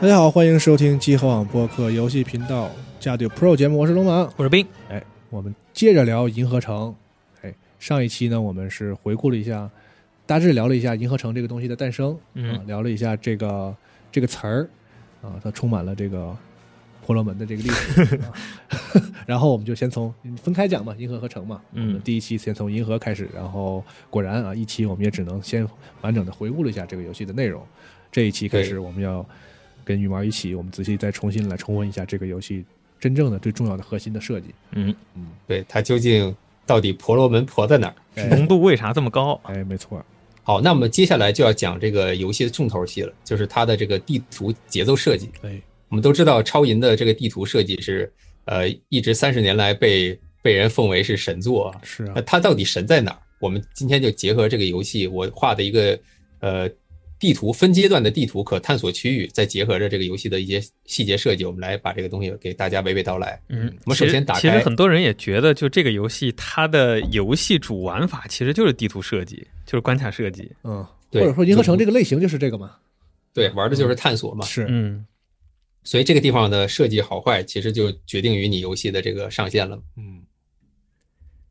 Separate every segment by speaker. Speaker 1: 大家好，欢迎收听集合网播客游戏频道《加队 Pro》节目，我是龙马。
Speaker 2: 我是冰，
Speaker 1: 我们接着聊《银河城》。哎，上一期呢，我们是回顾了一下，大致聊了一下《银河城》这个东西的诞生，
Speaker 2: 嗯
Speaker 1: 啊，聊了一下这个这个词儿，啊，它充满了这个婆罗门的这个历史。啊 然后我们就先从分开讲嘛，银河和城嘛。
Speaker 2: 嗯
Speaker 1: 我们第一期先从银河开始，然后果然啊，一期我们也只能先完整的回顾了一下这个游戏的内容。这一期开始，
Speaker 3: 对
Speaker 1: 我们要跟羽毛一起，我们仔细再重新来重温一下这个游戏真正的最重要的核心的设计。
Speaker 2: 嗯，
Speaker 1: 嗯，
Speaker 3: 对它究竟到底婆罗门婆在哪儿？
Speaker 2: 浓
Speaker 1: 哎，
Speaker 2: 度为啥这么高？
Speaker 1: 哎没错，
Speaker 3: 好，那么接下来就要讲这个游戏的重头戏了，就是它的这个地图节奏设计。
Speaker 1: 哎，
Speaker 3: 我们都知道，超银的这个地图设计是，呃，一直三十年来被被人奉为是神作啊。
Speaker 1: 是啊
Speaker 3: 那，它到底神在哪儿？我们今天就结合这个游戏我画的一个呃地图分阶段的地图可探索区域，再结合着这个游戏的一些细节设计，我们来把这个东西给大家娓娓道来。
Speaker 2: 嗯，
Speaker 3: 我们首
Speaker 2: 其实
Speaker 3: 先打
Speaker 2: 其实
Speaker 3: 开
Speaker 2: 很多人也觉得，就这个游戏，它的游戏主玩法其实就是地图设计，就是关卡设计。
Speaker 1: 嗯，或
Speaker 3: 对
Speaker 1: 者说银河城这个类型就是这个嘛，
Speaker 3: 对，玩的就是探索嘛。
Speaker 1: 是，
Speaker 2: 嗯
Speaker 3: 所以这个地方的设计好坏，其实就决定于你游戏的这个上限了。
Speaker 1: 嗯，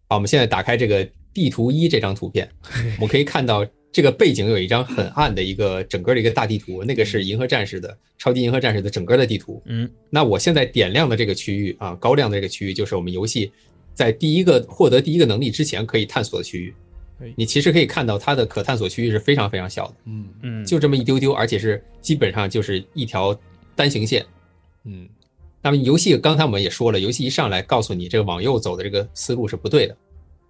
Speaker 3: 好，我们现在打开这个地图一这张图片，我们可以看到这个背景有一张很暗的一个整个的一个大地图，那个是银河战士的超级银河战士的整个的地图。
Speaker 2: 嗯
Speaker 3: 那我现在点亮的这个区域啊，高亮的这个区域就是我们游戏在第一个获得第一个能力之前可以探索的区域
Speaker 1: 哎。
Speaker 3: 你其实可以看到它的可探索区域是非常非常小的，
Speaker 1: 嗯
Speaker 2: 嗯，
Speaker 3: 就这么一丢丢，而且是基本上就是一条单行线。
Speaker 1: 嗯，
Speaker 3: 那么游戏刚才我们也说了，游戏一上来告诉你这个往右走的这个思路是不对的，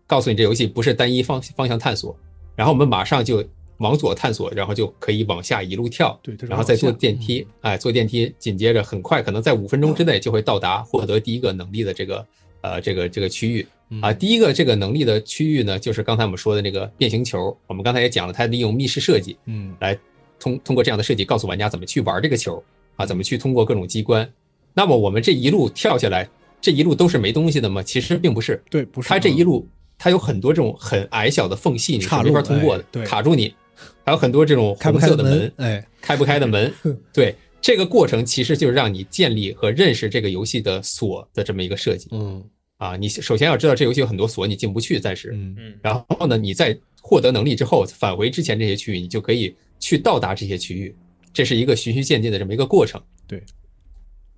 Speaker 3: 告诉你这游戏不是单一方方向探索，然后我们马上就往左探索，然后就可以往下一路跳，
Speaker 1: 对，它是
Speaker 3: 然后再坐
Speaker 1: 往下嗯
Speaker 3: 电梯，哎，坐电梯，紧接着很快可能在五分钟之内就会到达获得第一个能力的这个呃这个这个区域
Speaker 1: 嗯
Speaker 3: 啊。第一个这个能力的区域呢，就是刚才我们说的那个变形球，我们刚才也讲了，它利用密室设计，
Speaker 1: 嗯
Speaker 3: 来通通过这样的设计告诉玩家怎么去玩这个球
Speaker 1: 嗯
Speaker 3: 啊，怎么去通过各种机关。那么我们这一路跳下来，这一路都是没东西的吗？其实并不是，
Speaker 1: 对，不是
Speaker 3: 它这
Speaker 1: 啊
Speaker 3: 一路它有很多这种很矮小的缝隙，你是
Speaker 1: 岔路
Speaker 3: 没法通过
Speaker 1: 哎
Speaker 3: 的，
Speaker 1: 对
Speaker 3: 卡住你。还有很多这种
Speaker 1: 开不
Speaker 3: 红
Speaker 1: 开
Speaker 3: 色
Speaker 1: 的
Speaker 3: 的
Speaker 1: 门，哎，
Speaker 3: 开不开 的门。对，这个过程其实就是让你建立和认识这个游戏的锁的这么一个设计
Speaker 1: 嗯
Speaker 3: 啊。你首先要知道这游戏有很多锁，你进不去，暂时。
Speaker 1: 嗯
Speaker 2: 嗯
Speaker 3: 然后呢，你在获得能力之后，返回之前这些区域，你就可以去到达这些区域，这是一个循序渐进的这么一个过程。
Speaker 1: 对。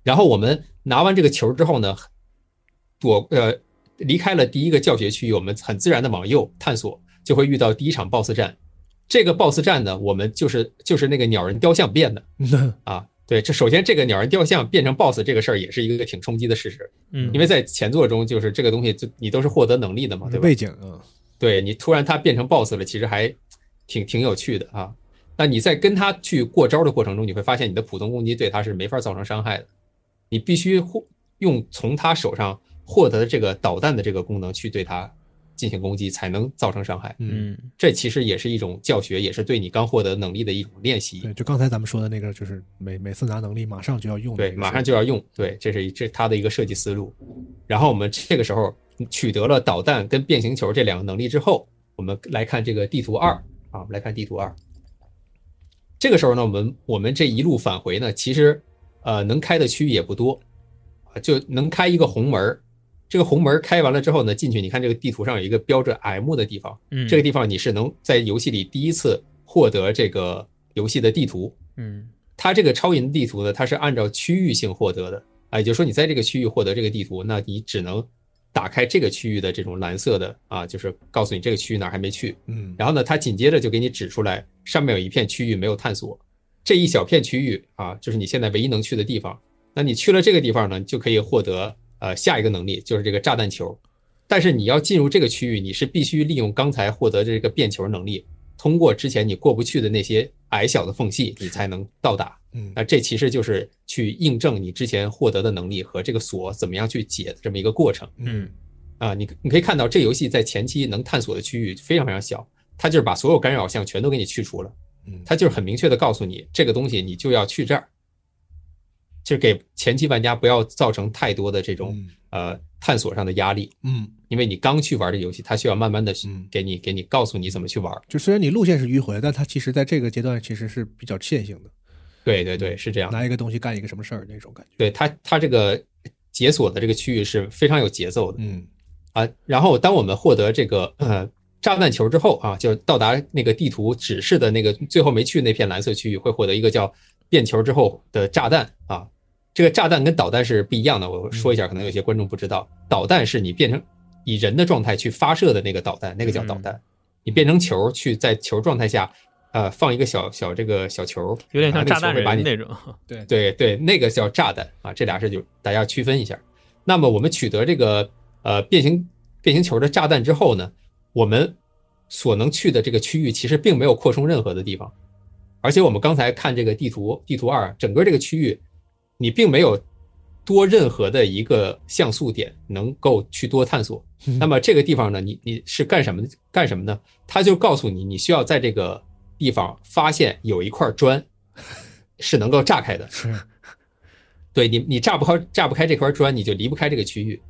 Speaker 3: 然后我们拿完这个球之后呢，躲呃离开了第一个教学区域，我们很自然的往右探索，就会遇到第一场 BOSS 战。这个 BOSS 战呢，我们就是就是那个鸟人雕像变的啊。对，这首先这个鸟人雕像变成 BOSS 这个事儿也是一个挺冲击的事实，
Speaker 2: 嗯，
Speaker 3: 因为在前作中就是这个东西就你都是获得能力的嘛，对吧？
Speaker 1: 背景啊，
Speaker 3: 对你突然他变成 BOSS 了，其实还挺挺有趣的啊。那你在跟他去过招的过程中，你会发现你的普通攻击对他是没法造成伤害的，你必须获用从他手上获得的这个导弹的这个功能去对他进行攻击，才能造成伤害。
Speaker 2: 嗯
Speaker 3: 这其实也是一种教学，也是对你刚获得能力的一种练习。
Speaker 1: 对，就刚才咱们说的那个，就是每每次拿能力马上就要用的
Speaker 3: 对，
Speaker 1: 那个设计，
Speaker 3: 马上就要用。对，这是一这是它的一个设计思路。然后我们这个时候取得了导弹跟变形球这两个能力之后，我们来看这个地图二啊，我们来看地图二。这个时候呢，我们我们这一路返回呢，其实呃能开的区域也不多啊，就能开一个红门儿。这个红门儿开完了之后呢，进去你看这个地图上有一个标着 M 的地方，
Speaker 2: 嗯
Speaker 3: 这个地方你是能在游戏里第一次获得这个游戏的地图。
Speaker 2: 嗯
Speaker 3: 它这个超银地图呢，它是按照区域性获得的啊，也就是说你在这个区域获得这个地图，那你只能打开这个区域的这种蓝色的啊，就是告诉你这个区域哪儿还没去。
Speaker 1: 嗯，
Speaker 3: 然后呢，它紧接着就给你指出来，上面有一片区域没有探索，这一小片区域啊，就是你现在唯一能去的地方。那你去了这个地方呢，你就可以获得呃下一个能力，就是这个炸弹球。但是你要进入这个区域，你是必须利用刚才获得这个变球能力，通过之前你过不去的那些矮小的缝隙，你才能到达。
Speaker 1: 嗯
Speaker 3: 那这其实就是去印证你之前获得的能力和这个锁怎么样去解的这么一个过程
Speaker 2: 嗯
Speaker 3: 啊。你你可以看到，这游戏在前期能探索的区域非常非常小，它就是把所有干扰项全都给你去除了，
Speaker 1: 嗯，
Speaker 3: 它就是很明确的告诉你这个东西你就要去这儿，就是给前期玩家不要造成太多的这种
Speaker 1: 嗯
Speaker 3: 呃探索上的压力，
Speaker 1: 嗯，
Speaker 3: 因为你刚去玩这游戏，它需要慢慢的
Speaker 1: 嗯
Speaker 3: 给你给你告诉你怎么去玩。
Speaker 1: 就虽然你路线是迂回的，但它其实在这个阶段其实是比较线性的，
Speaker 3: 对对
Speaker 1: 嗯
Speaker 3: 对，是这样。
Speaker 1: 拿一个东西干一个什么事儿那种感觉。
Speaker 3: 啊对它它这个解锁的这个区域是非常有节奏的
Speaker 1: 嗯
Speaker 3: 啊。然后当我们获得这个呃炸弹球之后啊，就是到达那个地图指示的那个最后没去那片蓝色区域，会获得一个叫变球之后的炸弹啊。这个炸弹跟导弹是不一样的，
Speaker 2: 嗯
Speaker 3: 我说一下，可能有些观众不知道，导弹是你变成以人的状态去发射的那个导弹，那个叫
Speaker 2: 嗯
Speaker 3: 导弹。你变成球去在球状态下，呃，放一个小小这个小球，
Speaker 2: 有点像
Speaker 3: 然
Speaker 2: 炸
Speaker 3: 后
Speaker 2: 弹
Speaker 3: 那个球会
Speaker 2: 人
Speaker 3: 把你
Speaker 2: 那种。
Speaker 3: 对对，那个叫炸弹啊，这俩是就大家区分一下。那么我们取得这个呃变形变形球的炸弹之后呢，我们所能去的这个区域其实并没有扩充任何的地方，而且我们刚才看这个地图地图二，整个这个区域你并没有多任何的一个像素点能够去多探索。那么这个地方呢，你你是干什么干什么呢？他就告诉你，你需要在这个地方发现有一块砖是能够炸开的。
Speaker 1: 是
Speaker 3: 对你，你炸不开炸不开这块砖，你就离不开这个区域，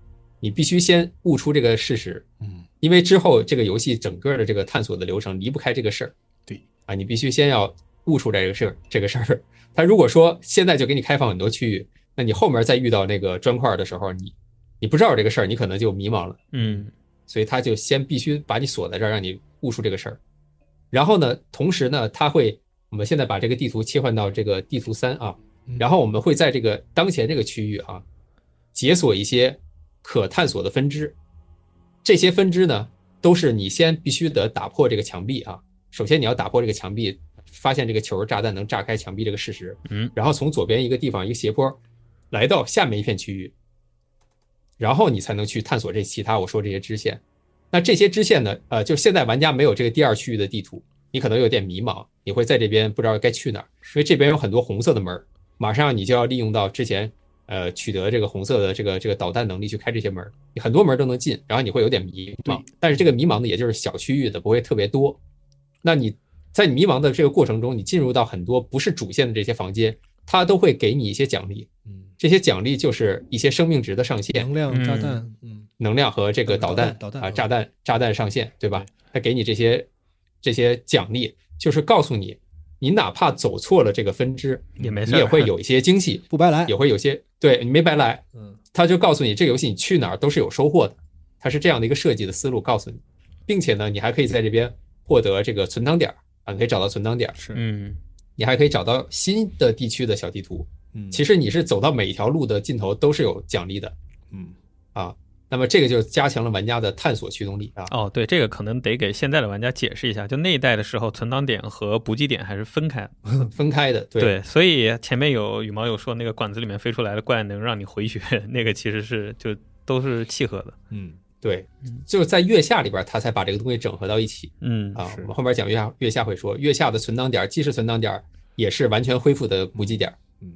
Speaker 3: 你必须先悟出这个事实，
Speaker 1: 嗯
Speaker 3: 因为之后这个游戏整个的这个探索的流程离不开这个事儿。
Speaker 1: 对
Speaker 3: 啊，你必须先要悟出来这个事儿，这个事儿。他如果说现在就给你开放很多区域，那你后面再遇到那个砖块的时候，你你不知道这个事儿，你可能就迷茫了。
Speaker 2: 嗯
Speaker 3: 所以他就先必须把你锁在这儿，让你悟出这个事儿。然后呢，同时呢，他会，我们现在把这个地图切换到这个地图三啊
Speaker 1: 嗯，
Speaker 3: 然后我们会在这个当前这个区域啊，解锁一些可探索的分支。这些分支呢，都是你先必须得打破这个墙壁啊。首先你要打破这个墙壁，发现这个球炸弹能炸开墙壁这个事实，
Speaker 2: 嗯
Speaker 3: 然后从左边一个地方一个斜坡，来到下面一片区域，然后你才能去探索这其他我说这些支线。那这些支线呢，呃，就现在玩家没有这个第二区域的地图，你可能有点迷茫，你会在这边不知道该去哪儿，因为这边有很多红色的门儿，马上你就要利用到之前呃取得这个红色的这个这个导弹能力去开这些门儿，你很多门儿都能进，然后你会有点迷茫，但是这个迷茫呢，也就是小区域的，不会特别多。那你在你迷茫的这个过程中，你进入到很多不是主线的这些房间，它都会给你一些奖励，
Speaker 1: 嗯，
Speaker 3: 这些奖励就是一些生命值的上限，
Speaker 1: 能量炸弹，嗯
Speaker 3: 能量和这个导弹
Speaker 1: 导弹导弹
Speaker 3: 啊
Speaker 1: 嗯
Speaker 3: 炸弹炸弹上限，对吧？它给你这些这些奖励，就是告诉你，你哪怕走错了这个分支，
Speaker 2: 也没事
Speaker 3: 你
Speaker 2: 儿
Speaker 3: 也会有一些惊喜，
Speaker 1: 不白来
Speaker 3: 也。会有些对你没白来，
Speaker 1: 嗯
Speaker 3: 他就告诉你这个游戏你去哪儿都是有收获的，它是这样的一个设计的思路告诉你，并且呢，你还可以在这边获得这个存档点儿啊，你可以找到存档点儿，
Speaker 1: 是
Speaker 2: 嗯
Speaker 3: 你还可以找到新的地区的小地图。
Speaker 1: 嗯，
Speaker 3: 其实你是走到每一条路的尽头都是有奖励的，
Speaker 1: 嗯
Speaker 3: 那么这个就加强了玩家的探索驱动力啊。
Speaker 2: 哦，对，这个可能得给现在的玩家解释一下，就那一代的时候，存档点和补给点还是分开的。
Speaker 3: 分开的，对
Speaker 2: 对，所以前面有羽毛有说那个管子里面飞出来的怪能让你回血， 那个其实是就都是契合的。
Speaker 1: 嗯
Speaker 3: 对
Speaker 2: 嗯
Speaker 3: 就是在月下里边，他才把这个东西整合到一起
Speaker 2: 嗯
Speaker 3: 啊。
Speaker 1: 是
Speaker 3: 我们后面讲月下，月下会说，月下的存档点既是存档点，也是完全恢复的补给点。
Speaker 1: 嗯，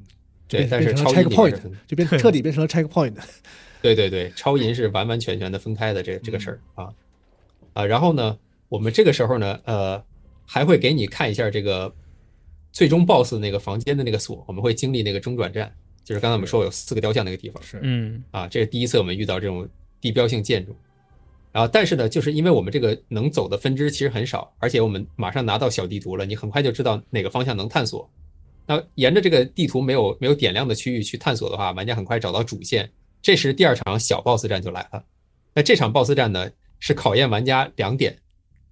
Speaker 3: 对，
Speaker 1: 变
Speaker 3: 但是
Speaker 1: 变成
Speaker 3: 超
Speaker 1: 了
Speaker 3: 银里边是
Speaker 1: checkpoint，就变彻底变成了 checkpoint。
Speaker 3: 对对对，超银是完完全全的分开的这这个事儿啊啊，然后呢，我们这个时候呢，呃，还会给你看一下这个最终 BOSS 那个房间的那个锁，我们会经历那个中转站，就是刚才我们说有四个雕像那个地方
Speaker 1: 是
Speaker 2: 嗯
Speaker 3: 啊，这是第一次我们遇到这种地标性建筑。然后，但是呢，就是因为我们这个能走的分支其实很少，而且我们马上拿到小地图了，你很快就知道哪个方向能探索。那沿着这个地图没有没有点亮的区域去探索的话，玩家很快找到主线。这时第二场小 BOSS 战就来了。那这场 BOSS 战呢，是考验玩家两点，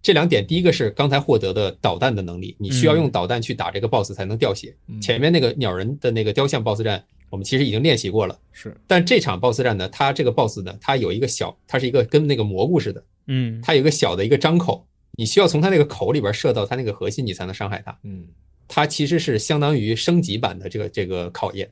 Speaker 3: 这两点第一个是刚才获得的导弹的能力，你需要用导弹去打这个 BOSS 才能掉血。
Speaker 1: 嗯
Speaker 3: 前面那个鸟人的那个雕像 BOSS 战，我们其实已经练习过了。
Speaker 1: 是
Speaker 3: 但这场 BOSS 战呢，它这个 BOSS 呢，它有一个小，它是一个跟那个蘑菇似的，
Speaker 2: 嗯，
Speaker 3: 它有一个小的一个张口，你需要从它那个口里边射到它那个核心，你才能伤害它。
Speaker 1: 嗯
Speaker 3: 它其实是相当于升级版的这个这个考验，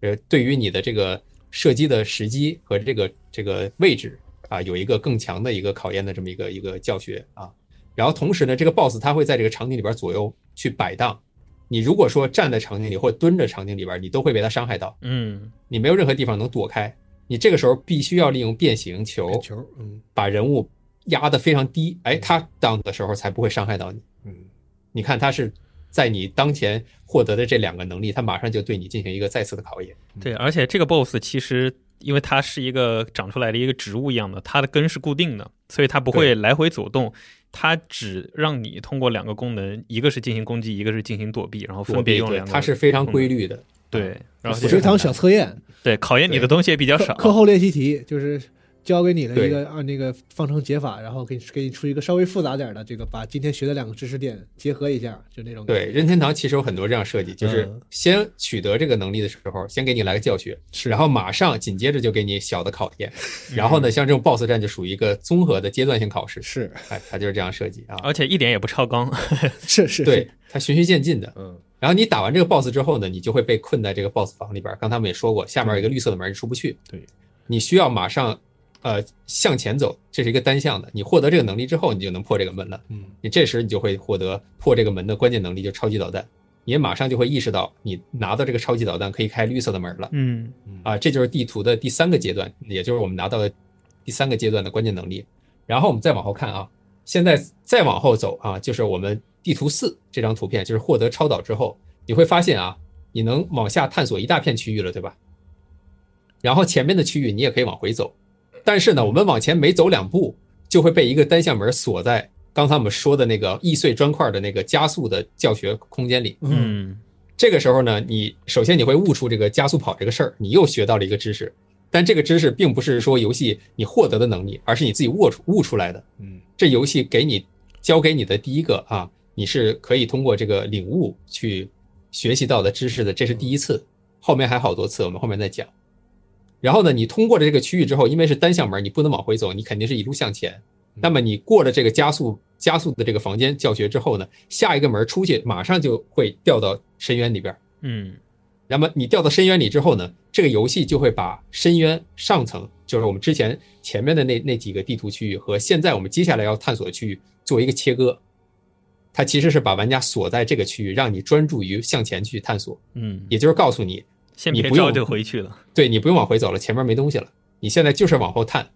Speaker 3: 呃，对于你的这个射击的时机和这个这个位置啊，有一个更强的一个考验的这么一个一个教学啊。然后同时呢，这个 BOSS 它会在这个场景里边左右去摆荡，你如果说站在场景里或蹲着场景里边，你都会被它伤害到。
Speaker 2: 嗯
Speaker 3: 你没有任何地方能躲开。你这个时候必须要利用变形球
Speaker 1: 变球，嗯
Speaker 3: 把人物压得非常低，哎，他当的时候才不会伤害到你。
Speaker 1: 嗯
Speaker 3: 你看他是在你当前获得的这两个能力，他马上就对你进行一个再次的考验。
Speaker 2: 对，而且这个 BOSS 其实因为它是一个长出来的一个植物一样的，它的根是固定的，所以它不会来回走动，它只让你通过两个功能，一个是进行攻击，一个是进行躲避，然后
Speaker 3: 躲
Speaker 2: 分别
Speaker 3: 避
Speaker 2: 用
Speaker 3: 对
Speaker 2: 两，个。
Speaker 3: 它是非嗯常规律的。
Speaker 2: 对，然
Speaker 1: 我
Speaker 2: 后就
Speaker 1: 这
Speaker 2: 是
Speaker 1: 堂小测验，
Speaker 2: 对考验你的
Speaker 3: 对
Speaker 2: 东西也比较少。
Speaker 1: 课后练习题就是教给你的
Speaker 3: 对
Speaker 1: 一个按那个方程解法，然后给你给你出一个稍微复杂点儿的，这个把今天学的两个知识点结合一下，就那种感觉
Speaker 3: 对，任天堂其实有很多这样设计，就是
Speaker 1: 嗯
Speaker 3: 先取得这个能力的时候，先给你来个教学，
Speaker 1: 是
Speaker 3: 然后马上紧接着就给你小的考验，然
Speaker 2: 嗯
Speaker 3: 后呢，像这种 BOSS 战就属于一个综合的阶段性考试，
Speaker 1: 是
Speaker 3: 哎，它就是这样设计啊。
Speaker 2: 而且一点也不超纲，
Speaker 1: 是是，
Speaker 3: 对
Speaker 1: 是，
Speaker 3: 它循序渐进的。
Speaker 1: 嗯
Speaker 3: 然后你打完这个 BOSS 之后呢，你就会被困在这个 BOSS 房里边儿。刚才我们也说过，下面有一个绿色的门，你出不去。
Speaker 1: 对，
Speaker 3: 你需要马上呃向前走，这是一个单向的。你获得这个能力之后，你就能破这个门了。
Speaker 1: 嗯，
Speaker 3: 你这时你就会获得破这个门的关键能力，就是超级导弹。你也马上就会意识到，你拿到这个超级导弹可以开绿色的门了
Speaker 2: 嗯，
Speaker 3: 啊！这就是地图的第三个阶段，也就是我们拿到的第三个阶段的关键能力。然后我们再往后看啊，现在再往后走啊，就是我们地图四这张图片，就是获得超导之后，你会发现啊，你能往下探索一大片区域了，对吧？然后前面的区域你也可以往回走，但是呢，我们往前每走两步，就会被一个单向门锁在刚才我们说的那个易碎砖块的那个加速的教学空间里。
Speaker 1: 嗯
Speaker 2: 嗯，
Speaker 3: 这个时候呢，你首先你会悟出这个加速跑这个事儿，你又学到了一个知识，但这个知识并不是说游戏你获得的能力，而是你自己悟出悟出来的。
Speaker 1: 嗯
Speaker 3: 这游戏给你教给你的第一个啊，你是可以通过这个领悟去学习到的知识的，这是第一次，后面还好多次，我们后面再讲。然后呢，你通过了这个区域之后，因为是单向门，你不能往回走，你肯定是一路向前。那么你过了这个加速加速的这个房间教学之后呢，下一个门出去，马上就会掉到深渊里边儿。
Speaker 2: 嗯，
Speaker 3: 那么你掉到深渊里之后呢，这个游戏就会把深渊上层，就是我们之前前面的那那几个地图区域和现在我们接下来要探索的区域做一个切割。它其实是把玩家锁在这个区域，让你专注于向前去探索，
Speaker 2: 嗯，
Speaker 3: 也就是告诉你，
Speaker 2: 先
Speaker 3: 你
Speaker 2: 别
Speaker 3: 不用
Speaker 2: 照就回去了。
Speaker 3: 对你不用往回走了，前面没东西了，你现在就是往后探，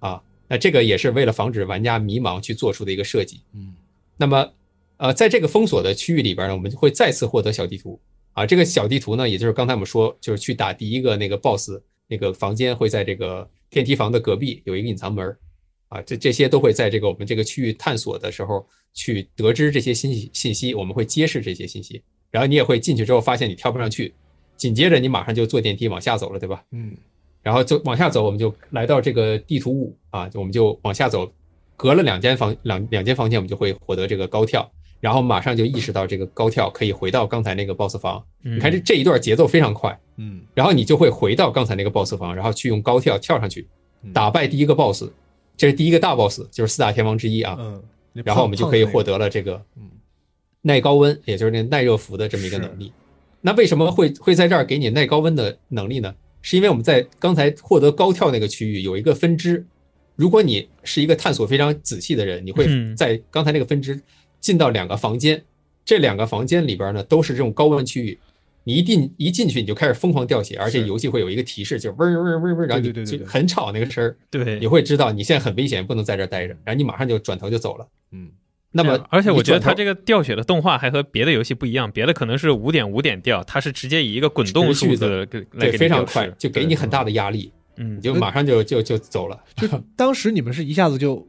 Speaker 3: 啊，那这个也是为了防止玩家迷茫去做出的一个设计。
Speaker 1: 嗯
Speaker 3: 那么，呃，在这个封锁的区域里边呢，我们就会再次获得小地图啊。这个小地图呢，也就是刚才我们说，就是去打第一个那个 BOSS 那个房间，会在这个电梯房的隔壁有一个隐藏门儿啊。这这些都会在这个我们这个区域探索的时候去得知这些信息信息，我们会揭示这些信息，然后你也会进去之后发现你跳不上去，紧接着你马上就坐电梯往下走了，对吧？
Speaker 1: 嗯
Speaker 3: 然后就往下走，我们就来到这个地图五啊，就我们就往下走，隔了两间房两两间房间，我们就会获得这个高跳，然后马上就意识到这个高跳可以回到刚才那个 BOSS 房。
Speaker 2: 你
Speaker 3: 你看这这一段节奏非常快，
Speaker 1: 嗯
Speaker 3: 然后你就会回到刚才那个 BOSS 房，然后去用高跳跳上去，
Speaker 1: 嗯
Speaker 3: 打败第一个 BOSS，这是第一个大 BOSS，就是四大天王之一啊。
Speaker 1: 嗯，
Speaker 3: 然后我们就可以获
Speaker 1: 得
Speaker 3: 得了这个
Speaker 1: 嗯
Speaker 3: 耐高温，也就是那耐热服的这么一个能力。那为什么会会在这儿给你耐高温的能力呢？是因为我们在刚才获得高跳那个区域有一个分支，如果你是一个探索非常仔细的人，你会
Speaker 2: 嗯
Speaker 3: 在刚才那个分支进到两个房间，这两个房间里边呢都是这种高温区域。你一进一进去你就开始疯狂掉血，而且
Speaker 1: 是
Speaker 3: 游戏会有一个提示，就嗡嗡嗡嗡嗡，然后你
Speaker 1: 对对对对
Speaker 3: 就
Speaker 1: 对
Speaker 3: 很吵那个声儿，
Speaker 2: 对
Speaker 3: 你，会知道你现在很危险，不能在这儿待着，然后你马上就转头就走了。
Speaker 1: 嗯
Speaker 3: 那么
Speaker 2: 对啊，而且我觉得它
Speaker 3: 他
Speaker 2: 这个掉血的动画还和别的游戏不一样，别的可能是五点五点掉，它是直接以一个滚动
Speaker 3: 持续
Speaker 2: 数
Speaker 3: 的
Speaker 2: 字给来
Speaker 3: 对
Speaker 2: 给你
Speaker 3: 非常
Speaker 2: 表示
Speaker 3: 快，就给你
Speaker 2: 对
Speaker 3: 很大的压力，
Speaker 2: 嗯
Speaker 3: 你，就马上就就就走了。
Speaker 1: 当时你们是一下子就，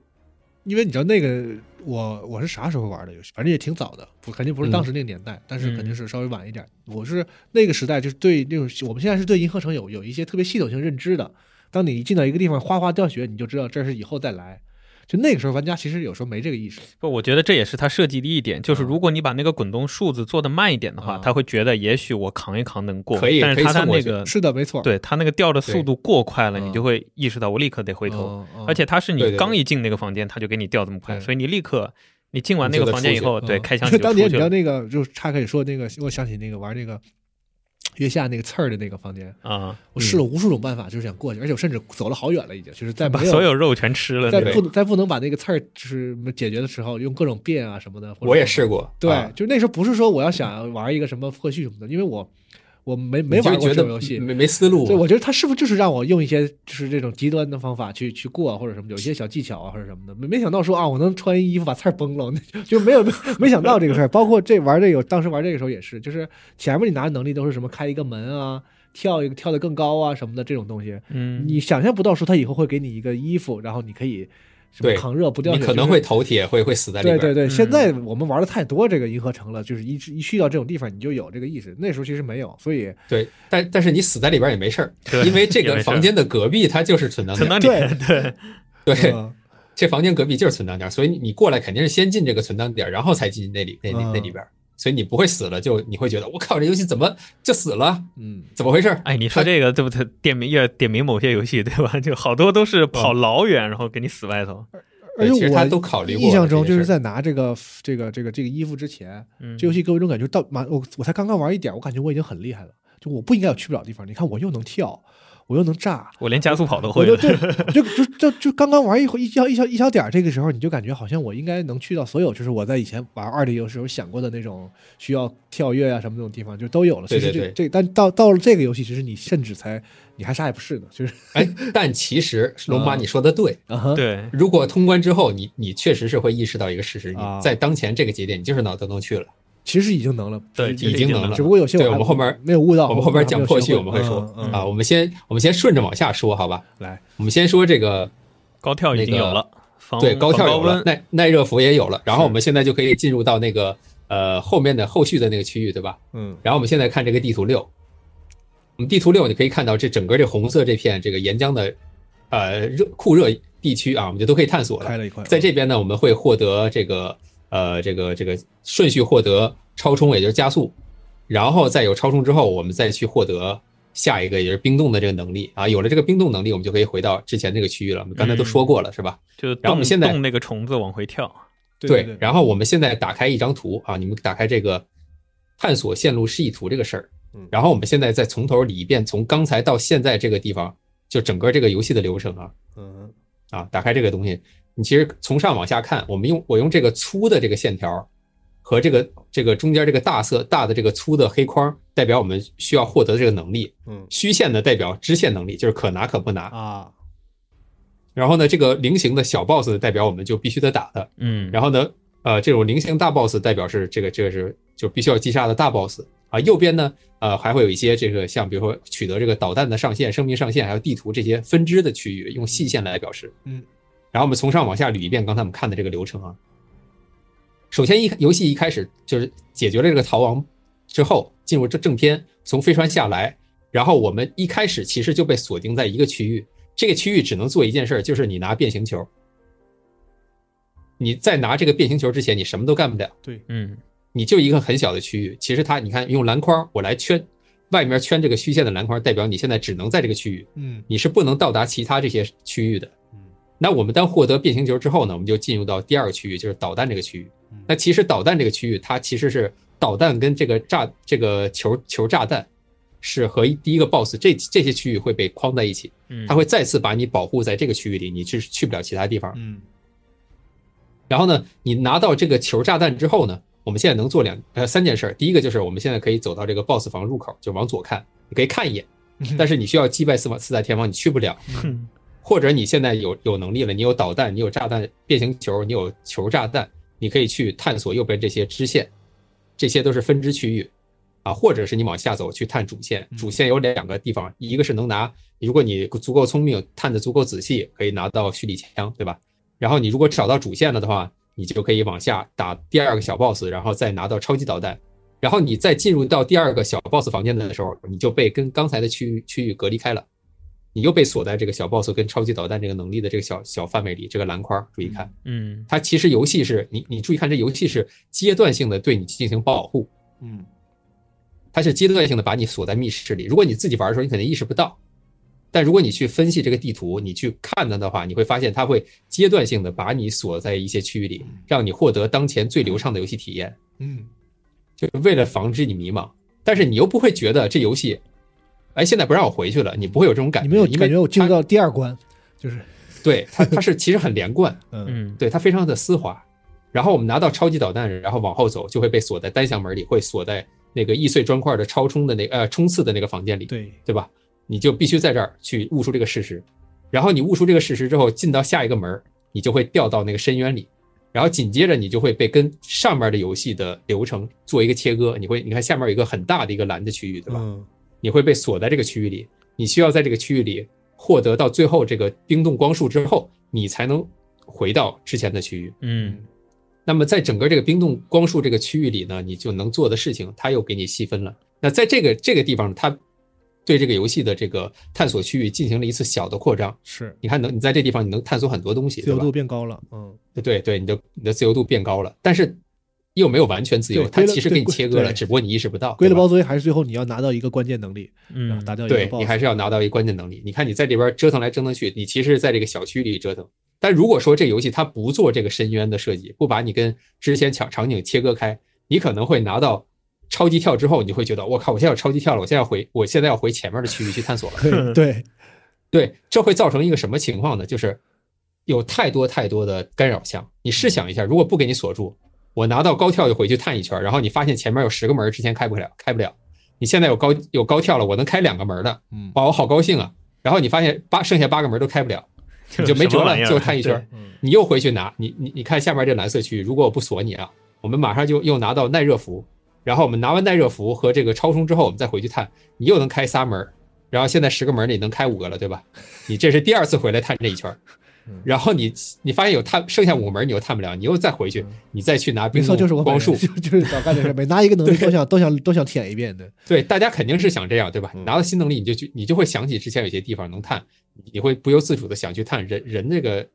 Speaker 1: 因为你知道那个我我是啥时候玩的游戏，反正也挺早的，不肯定不
Speaker 2: 嗯
Speaker 1: 是当时那个年代，但是肯定是稍微晚一点。我是那个时代，就是对那种我们现在是对银河城有有一些特别系统性认知的。当你一进到一个地方哗哗掉血，你就知道这是以后再来。就那个时候，玩家其实有时候没这个意识。
Speaker 2: 不，我觉得这也是它设计的一点，就是
Speaker 1: 嗯
Speaker 2: 如果你把那个滚动数字做的慢一点的话，
Speaker 1: 嗯
Speaker 2: 他会觉得也许我扛一扛能过，
Speaker 3: 可以
Speaker 2: 但是
Speaker 3: 可以
Speaker 2: 它它
Speaker 3: 蹭过
Speaker 2: 那
Speaker 3: 去
Speaker 2: 个
Speaker 1: 是的，没错。
Speaker 2: 呃对它那个掉的
Speaker 3: 对
Speaker 2: 速度过快了，你
Speaker 1: 嗯
Speaker 2: 就会意识到我立刻得回头，
Speaker 1: 嗯，嗯
Speaker 2: 而且它是
Speaker 3: 对
Speaker 2: 你
Speaker 3: 对
Speaker 2: 刚
Speaker 3: 对
Speaker 2: 一进那个房间，它就给你掉这么快，
Speaker 1: 对
Speaker 2: 所以你立刻你进完
Speaker 3: 你
Speaker 2: 那
Speaker 3: 就
Speaker 2: 个
Speaker 3: 得
Speaker 2: 房间
Speaker 3: 出
Speaker 2: 以
Speaker 3: 去
Speaker 2: 后，
Speaker 1: 嗯
Speaker 2: 对，开枪
Speaker 1: 就是
Speaker 2: 你 就
Speaker 1: 当
Speaker 2: 出
Speaker 1: 年你
Speaker 2: 去
Speaker 1: 知道
Speaker 2: 了
Speaker 1: 那个，就是岔开说那个，我想起那个玩那个月下那个刺儿的那个房间，
Speaker 2: 啊，
Speaker 1: 我试了无数种办法，就是想过去，而且我甚至走了好远了，已经就是在
Speaker 2: 哎把
Speaker 1: 没
Speaker 2: 所有肉全吃了
Speaker 1: 在
Speaker 2: 那
Speaker 3: 对
Speaker 1: 不
Speaker 2: 种。
Speaker 1: 能在不能把那个刺儿就是解决的时候，用各种变啊什么的。或者
Speaker 3: 我也试过，
Speaker 1: 对，
Speaker 3: 啊
Speaker 1: 就那时候不是说我要想玩一个什么破序什么的，因为我我没没玩
Speaker 3: 你
Speaker 1: 过
Speaker 3: 就
Speaker 1: 这
Speaker 3: 觉
Speaker 1: 种
Speaker 3: 得嗯
Speaker 1: 游戏，
Speaker 3: 没没思路啊
Speaker 1: 对，。我觉得他是不是就是让我用一些就是这种极端的方法去去过啊或者什么，有一些小技巧啊或者什么的，没没想到说啊，我能穿衣服把刺儿崩了，那就没有 没想到这个事儿。包括这玩这个，当时玩这个时候也是，就是前面你拿的能力都是什么开一个门啊，跳一个跳得更高啊什么的这种东西，
Speaker 2: 嗯，
Speaker 1: 你想象不到说他以后会给你一个衣服，然后你可以什么
Speaker 3: 对
Speaker 1: 抗热不掉
Speaker 3: 你
Speaker 1: 血，
Speaker 3: 可
Speaker 1: 就
Speaker 3: 能
Speaker 1: 是
Speaker 3: 会头铁，会会死在里
Speaker 1: 对
Speaker 3: 边。
Speaker 1: 对对，
Speaker 2: 嗯
Speaker 1: 现在我们玩的太多这个银河城了，就是一去一去到这种地方，你就有这个意识。那时候其实没有，所以
Speaker 3: 对但但是你死在里边也没事儿，
Speaker 2: 对
Speaker 3: 因为这
Speaker 2: 也
Speaker 3: 个
Speaker 2: 没事儿
Speaker 3: 房间的隔壁它就是存档
Speaker 2: 存
Speaker 3: 点儿。
Speaker 2: 档点，对，
Speaker 3: 对，
Speaker 1: 嗯
Speaker 3: 这房间隔壁就是存档点儿，所以你你过来肯定是先进这个存档点儿，然后才进那里那里
Speaker 1: 嗯
Speaker 3: 那里边儿。所以你不会死了，就你会觉得我靠，这游戏怎么就死了？
Speaker 1: 嗯，
Speaker 3: 怎么回事？
Speaker 2: 哎，你说这个对不对？点名要点名某些游戏，对吧？ 就好多都是跑老远，然后给你死外头。
Speaker 1: 而
Speaker 3: 对哎其
Speaker 1: 且
Speaker 3: 实
Speaker 1: 我
Speaker 3: 他都考虑过
Speaker 1: 印象中
Speaker 3: 这
Speaker 1: 就
Speaker 3: 件
Speaker 1: 是
Speaker 3: 事
Speaker 1: 在拿这个这个这个这个衣服之前，
Speaker 2: 嗯，
Speaker 1: 这游戏给我一种感觉，到满我我才刚刚玩一点，我感觉我已经很厉害了，就我不应该有去不了的地方。你看我又能跳，我又能炸，
Speaker 2: 我连加速跑都
Speaker 1: 我
Speaker 2: 会
Speaker 1: 就
Speaker 2: 了。
Speaker 1: 对，就就就就刚刚玩一回一小一小一小点儿，这个时候你就感觉好像我应该能去到所有，就是我在以前玩二 D 游戏时候想过的那种需要跳跃啊什么那种地方，就都有了。
Speaker 3: 对
Speaker 1: 其实
Speaker 3: 对
Speaker 1: 这这，但到到了这个游戏，其实你甚至才你还啥也不是呢，就是
Speaker 3: 哎，但其实龙马
Speaker 1: 嗯
Speaker 3: 你说的对，
Speaker 1: 啊哈，
Speaker 2: 对，
Speaker 3: 如果通关之后，你你确实是会意识到一个事实，你
Speaker 1: 啊
Speaker 3: 在当前这个节点，你就是脑子能去了。
Speaker 1: 其实已经能了，
Speaker 2: 对
Speaker 1: 只
Speaker 2: 其实已经能了
Speaker 1: 只不过有些
Speaker 3: 对
Speaker 1: 还
Speaker 3: 我们后面
Speaker 1: 哦没有悟到，
Speaker 3: 我们后边讲破
Speaker 1: 区
Speaker 3: 絮我们会说
Speaker 1: 嗯
Speaker 3: 啊，我们先我们先顺着往下说，好吧？
Speaker 1: 来，
Speaker 3: 我们先说这个
Speaker 2: 高跳已经有了，防
Speaker 3: 对高跳
Speaker 2: 防
Speaker 3: 有了
Speaker 2: 温，
Speaker 3: 耐耐热服也有了，然后我们现在就可以进入到那个呃后面的后续的那个区域，对吧？
Speaker 1: 嗯
Speaker 3: 然后我们现在看这个地图六，我们地图六你可以看到这整个这红色这片这个岩浆的呃热酷热地区啊，我们就都可以探索了
Speaker 1: 开。了一块，
Speaker 3: 在这边呢，我们会获得这个呃这个这个顺序获得超充，也就是加速，然后再有超充之后，我们再去获得下一个也就是冰冻的这个能力啊。有了这个冰冻能力，我们就可以回到之前那个区域了。我们刚才都
Speaker 1: 嗯
Speaker 3: 说过了，是吧？
Speaker 2: 就是
Speaker 3: 然后我
Speaker 2: 动
Speaker 3: 们现在
Speaker 2: 动那个虫子往回跳。
Speaker 1: 对对，
Speaker 3: 然后我们现在打开一张图啊，你们打开这个探索线路示意图这个事儿
Speaker 1: 嗯，
Speaker 3: 然后我们现在再从头理一遍，从刚才到现在这个地方，就整个这个游戏的流程啊。
Speaker 1: 嗯
Speaker 3: 啊，打开这个东西，你其实从上往下看，我们用我用这个粗的这个线条和这个这个中间这个大色大的这个粗的黑框，代表我们需要获得的这个能力；
Speaker 1: 嗯
Speaker 3: 虚线呢代表支线能力，就是可拿可不拿。
Speaker 1: 啊，
Speaker 3: 然后呢，这个菱形的小 boss 呢代表我们就必须得打的。
Speaker 2: 嗯，
Speaker 3: 然后呢，呃，这种菱形大 boss 代表是这个这个是就必须要击杀的大 boss 啊。右边呢，呃，还会有一些这个像比如说取得这个导弹的上限、生命上限，还有地图这些分支的区域，用细线来表示。
Speaker 1: 嗯，
Speaker 3: 然后我们从上往下捋一遍刚才我们看的这个流程啊。首先一游戏一开始就是解决了这个逃亡之后，进入这正片，从飞船下来，然后我们一开始其实就被锁定在一个区域，这个区域只能做一件事儿，就是你拿变形球。你在拿这个变形球之前，你什么都干不了，
Speaker 1: 对，
Speaker 2: 嗯，
Speaker 3: 你就一个很小的区域。其实它，你看，用篮筐我来圈，外面圈这个虚线的篮筐，代表你现在只能在这个区域，
Speaker 1: 嗯
Speaker 3: 你是不能到达其他这些区域的。
Speaker 1: 嗯
Speaker 3: 那我们当获得变形球之后呢，我们就进入到第二个区域，就是导弹这个区域
Speaker 1: 嗯。
Speaker 3: 那其实导弹这个区域，它其实是导弹跟这个炸这个球球炸弹是和第一个 BOSS 这这些区域会被框在一起，
Speaker 2: 嗯
Speaker 3: 它会再次把你保护在这个区域里，你是去不了其他地方。
Speaker 1: 嗯
Speaker 3: 然后呢，你拿到这个球炸弹之后呢，我们现在能做两呃三件事儿。第一个就是我们现在可以走到这个 BOSS 房入口，就往左看，你可以看一眼，但是你需要击败四方四大天王，你去不了。
Speaker 2: 哼
Speaker 3: 或者你现在有有能力了，你有导弹，你有炸弹变形球，你有球炸弹，你可以去探索右边这些支线，这些都是分支区域啊，或者是你往下走去探主线，主线有两个地方，一个是能拿，如果你足够聪明，探的足够仔细，可以拿到蓄力枪，对吧？然后你如果找到主线了的话，你就可以往下打第二个小 boss，然后再拿到超级导弹。然后你再进入到第二个小 boss 房间的时候，你就被跟刚才的区域区域隔离开了，你又被锁在这个小 boss 跟超级导弹这个能力的这个小小范围里，这个篮筐。注意看，
Speaker 2: 嗯，
Speaker 3: 它其实游戏是你你注意看，这游戏是阶段性的对你进行保护，
Speaker 1: 嗯
Speaker 3: 它是阶段性的把你锁在密室里。如果你自己玩的时候，你可能意识不到，但如果你去分析这个地图，你去看它的话，你会发现它会阶段性的把你锁在一些区域里，让你获得当前最流畅的游戏体验。
Speaker 1: 嗯
Speaker 3: 就是为了防止你迷茫。但是你又不会觉得这游戏，哎，现在不让我回去了，你不会有这种感
Speaker 1: 你
Speaker 3: 觉，
Speaker 1: 没有
Speaker 3: 因为
Speaker 1: 感觉我进入
Speaker 3: 它
Speaker 1: 到第二关，就是
Speaker 3: 对它它是其实很连贯，
Speaker 1: 嗯
Speaker 2: 嗯，
Speaker 3: 对它非常的丝滑。然后我们拿到超级导弹，然后往后走就会被锁在单向门里，会锁在那个易碎砖块的超充的那呃冲刺的那个房间里，
Speaker 1: 对，
Speaker 3: 对吧？你就必须在这儿去悟出这个事实，然后你悟出这个事实之后，进到下一个门儿，你就会掉到那个深渊里，然后紧接着你就会被跟上面的游戏的流程做一个切割，你会你看下面有一个很大的一个蓝的区域，对吧？
Speaker 1: 嗯
Speaker 3: 你会被锁在这个区域里，你需要在这个区域里获得到最后这个冰冻光束之后，你才能回到之前的区域。
Speaker 2: 嗯
Speaker 3: 那么在整个这个冰冻光束这个区域里呢，你就能做的事情，它又给你细分了。那在这个这个地方，它对这个游戏的这个探索区域进行了一次小的扩张。
Speaker 1: 是
Speaker 3: 你看能，你在这地方你能探索很多东西，
Speaker 1: 自
Speaker 3: 对
Speaker 1: 由
Speaker 3: 吧
Speaker 1: 度？变高了，嗯，
Speaker 3: 对对，你的你的自由度变高了，但是又没有完全自由，
Speaker 1: 对
Speaker 3: 它
Speaker 1: 归了
Speaker 3: 其实给你
Speaker 1: 对
Speaker 3: 切割了，
Speaker 1: 对
Speaker 3: 只不过你意识不到。
Speaker 1: 归
Speaker 3: 对
Speaker 1: 了
Speaker 3: 吧
Speaker 1: 包堆还是最后你要拿到一个关键能力，然后
Speaker 2: 嗯
Speaker 1: 打掉一个
Speaker 3: 对
Speaker 1: BOSS，
Speaker 3: 你还是要拿到一个关键能力。你看你在这边折腾来折腾去，你其实是在这个小区里折腾。但如果说这游戏它不做这个深渊的设计，不把你跟之前场场景切割开，你可能会拿到超级跳之后，你就会觉得我靠，我现在有超级跳了，我现在要回，我现在要回前面的区域去探索
Speaker 1: 对
Speaker 3: 了。
Speaker 1: 对，
Speaker 3: 对，这会造成一个什么情况呢？就是有太多太多的干扰项。你试想一下，如果不给你锁住，我拿到高跳就回去探一圈，然后你发现前面有十个门儿之前开不了，开不了。你现在有高有高跳了，我能开两个门儿的，
Speaker 1: 嗯，
Speaker 3: 哇，我好高兴啊！然后你发现八剩下八个门都开不了，你就没辙了，就探一圈儿，
Speaker 1: 嗯
Speaker 3: 你又回去拿你你你看下面这蓝色区域，如果我不锁你啊，我们马上就又拿到耐热服，然后我们拿完耐热服和这个超充之后，我们再回去探，你又能开仨门儿，然后现在十个门儿你能开五个了，对吧？你这是第二次回来探这一圈儿
Speaker 1: 嗯，
Speaker 3: 然后你你发现有探剩下五个门儿你又探不了，你又再回去
Speaker 1: 嗯，
Speaker 3: 你再去拿
Speaker 1: 没
Speaker 3: 冰
Speaker 1: 错，
Speaker 3: 冻
Speaker 1: 就是我本
Speaker 3: 光
Speaker 1: 人
Speaker 3: 束，
Speaker 1: 就就是早干这事，每拿一个能力都想都想都想舔一遍的，
Speaker 3: 对，大家肯定是想这样，对吧？
Speaker 1: 嗯
Speaker 3: 拿到新能力，你就去，你就会想起之前有些地方能探，你会不由自主的想去探。人人这个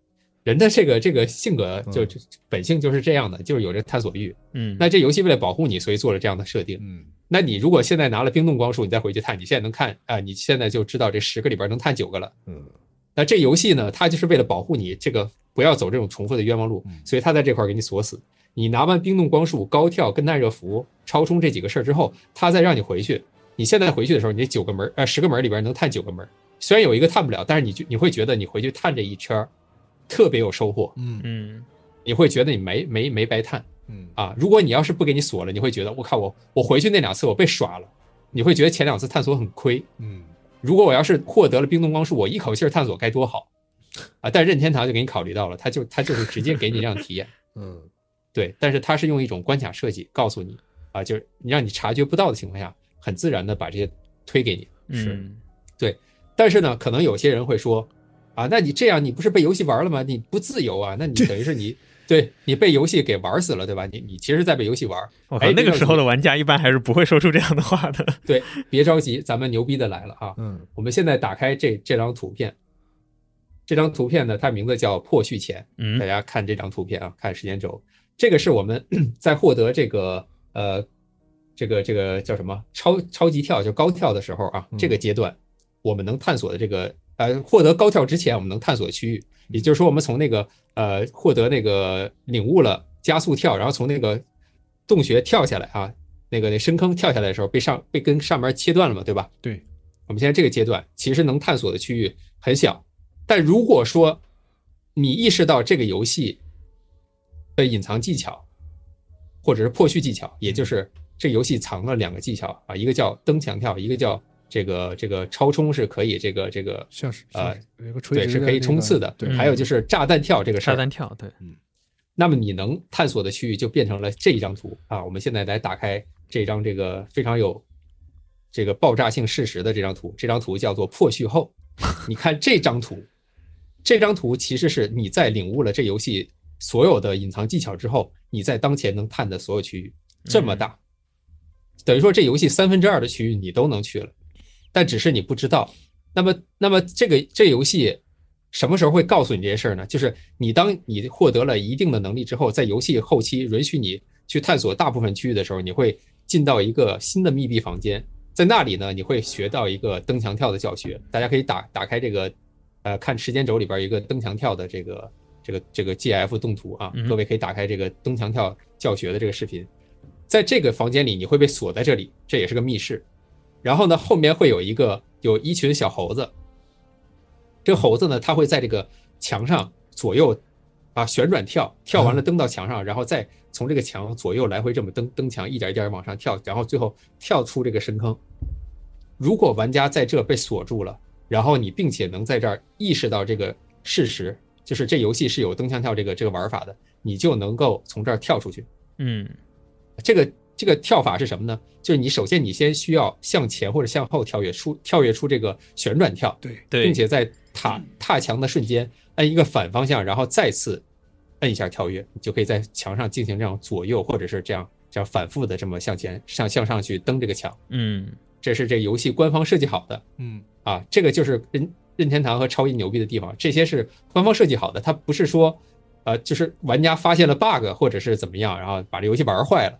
Speaker 3: 人的这个这个性格就
Speaker 1: 嗯
Speaker 3: 就本性就是这样的，就是有这探索欲。
Speaker 2: 嗯，
Speaker 3: 那这游戏为了保护你，所以做了这样的设定。
Speaker 1: 嗯，
Speaker 3: 那你如果现在拿了冰冻光束，你再回去探，你现在能看啊、你现在就知道这十个里边能探九个了。
Speaker 1: 嗯，
Speaker 3: 那这游戏呢，它就是为了保护你这个不要走这种重复的冤枉路
Speaker 1: 嗯，
Speaker 3: 所以它在这块儿给你锁死。你拿完冰冻光束、高跳跟耐热服、超充这几个事儿之后，它再让你回去。你现在回去的时候，你这九个门儿呃十个门儿里边能探九个门儿，虽然有一个探不了，但是你就你会觉得你回去探这一圈儿特别有收获，
Speaker 1: 嗯
Speaker 2: 嗯
Speaker 3: 你会觉得你没没没白探。
Speaker 1: 嗯
Speaker 3: 啊，如果你要是不给你锁了，你会觉得我靠我我回去那两次我被耍了，你会觉得前两次探索很亏。
Speaker 1: 嗯，
Speaker 3: 如果我要是获得了冰冻光束，我一口气儿探索该多好啊！但任天堂就给你考虑到了，他就他就是直接给你这样体验，
Speaker 1: 嗯，
Speaker 3: 对，但是他是用一种关卡设计告诉你啊，就是你让你察觉不到的情况下，很自然的把这些推给你。
Speaker 1: 是
Speaker 2: 嗯
Speaker 3: 但是呢，可能有些人会说，啊，那你这样你不是被游戏玩了吗？你不自由啊，那你等于是你对你被游戏给玩死了，对吧？你你其实在被游戏玩。
Speaker 2: 我靠
Speaker 3: 哎，
Speaker 2: 那
Speaker 3: 这哎
Speaker 2: 个
Speaker 3: 就
Speaker 2: 时
Speaker 3: 是
Speaker 2: 候的玩家一般还是不会说出这样的话的。
Speaker 3: 对，别着急，咱们牛逼的来了啊！
Speaker 1: 嗯
Speaker 3: 我们现在打开这这张图片，这张图片呢，它名字叫破序前。大
Speaker 2: 嗯
Speaker 3: 家看这张图片啊，看时间轴，这个是我们 在获得这个呃这个这个叫什么超超级跳，就高跳的时候啊
Speaker 1: 嗯，
Speaker 3: 这个阶段我们能探索的这个呃获得高跳之前我们能探索的区域，也就是说我们从那个呃获得那个领悟了加速跳，然后从那个洞穴跳下来啊，那个那深坑跳下来的时候被上被跟上面切断了嘛，对吧？
Speaker 1: 对，
Speaker 3: 我们现在这个阶段其实能探索的区域很小，但如果说你意识到这个游戏的隐藏技巧，或者是破序技巧，
Speaker 1: 嗯
Speaker 3: 也就是这游戏藏了两个技巧啊，一个叫蹬墙跳，一个叫这个这个超冲是可以这个这个
Speaker 1: 像是像
Speaker 3: 呃
Speaker 1: 是有个垂
Speaker 3: 对
Speaker 1: 直
Speaker 3: 是可以
Speaker 1: 那
Speaker 3: 冲
Speaker 1: 个
Speaker 3: 刺的，
Speaker 1: 对，
Speaker 2: 嗯
Speaker 3: 还有就是炸弹跳这个事
Speaker 2: 沙
Speaker 3: 儿，
Speaker 2: 滩跳，对，
Speaker 3: 那么你能探索的区域就变成了这一张图啊。我们现在来打开这张这个非常有这个爆炸性事实的这张图，这张图叫做破序后。你看这张图，这张图其实是你在领悟了这游戏所有的隐藏技巧之后，你在当前能探的所有区域这么大，等于说这游戏三分之二的区域你都能去了，但只是你不知道。那么，那么这个这游戏什么时候会告诉你这些事儿呢？就是你当你获得了一定的能力之后，在游戏后期允许你去探索大部分区域的时候，你会进到一个新的密闭房间，在那里呢，你会学到一个蹬墙跳的教学。大家可以打打开这个，呃，看时间轴里边有一个蹬墙跳的这个这个这个 GF 动图啊
Speaker 2: 嗯，
Speaker 3: 各位可以打开这个蹬墙跳教学的这个视频。在这个房间里，你会被锁在这里，这也是个密室。然后呢，后面会有一个有一群小猴子，这猴子呢，它会在这个墙上左右啊旋转跳，跳完了蹬到墙上，然后再从这个墙左右来回这么蹬蹬墙，一点一点往上跳，然后最后跳出这个深坑。如果玩家在这被锁住了，然后你并且能在这儿意识到这个事实，就是这游戏是有蹬墙跳这个这个玩法的，你就能够从这儿跳出去。
Speaker 2: 嗯
Speaker 3: 这个这个跳法是什么呢？就是你首先你先需要向前或者向后跳跃出跳跃出这个旋转跳，
Speaker 1: 对，
Speaker 2: 对，
Speaker 3: 并且在踏踏墙的瞬间摁一个反方向，然后再次摁一下跳跃，你就可以在墙上进行这样左右或者是这样这样反复的这么向前上向上去蹬这个墙。
Speaker 2: 嗯
Speaker 3: 这是这游戏官方设计好的
Speaker 1: 嗯
Speaker 3: 啊，这个就是任任天堂和超一牛逼的地方，这些是官方设计好的，它不是说，呃，就是玩家发现了 bug 或者是怎么样，然后把这游戏玩坏了，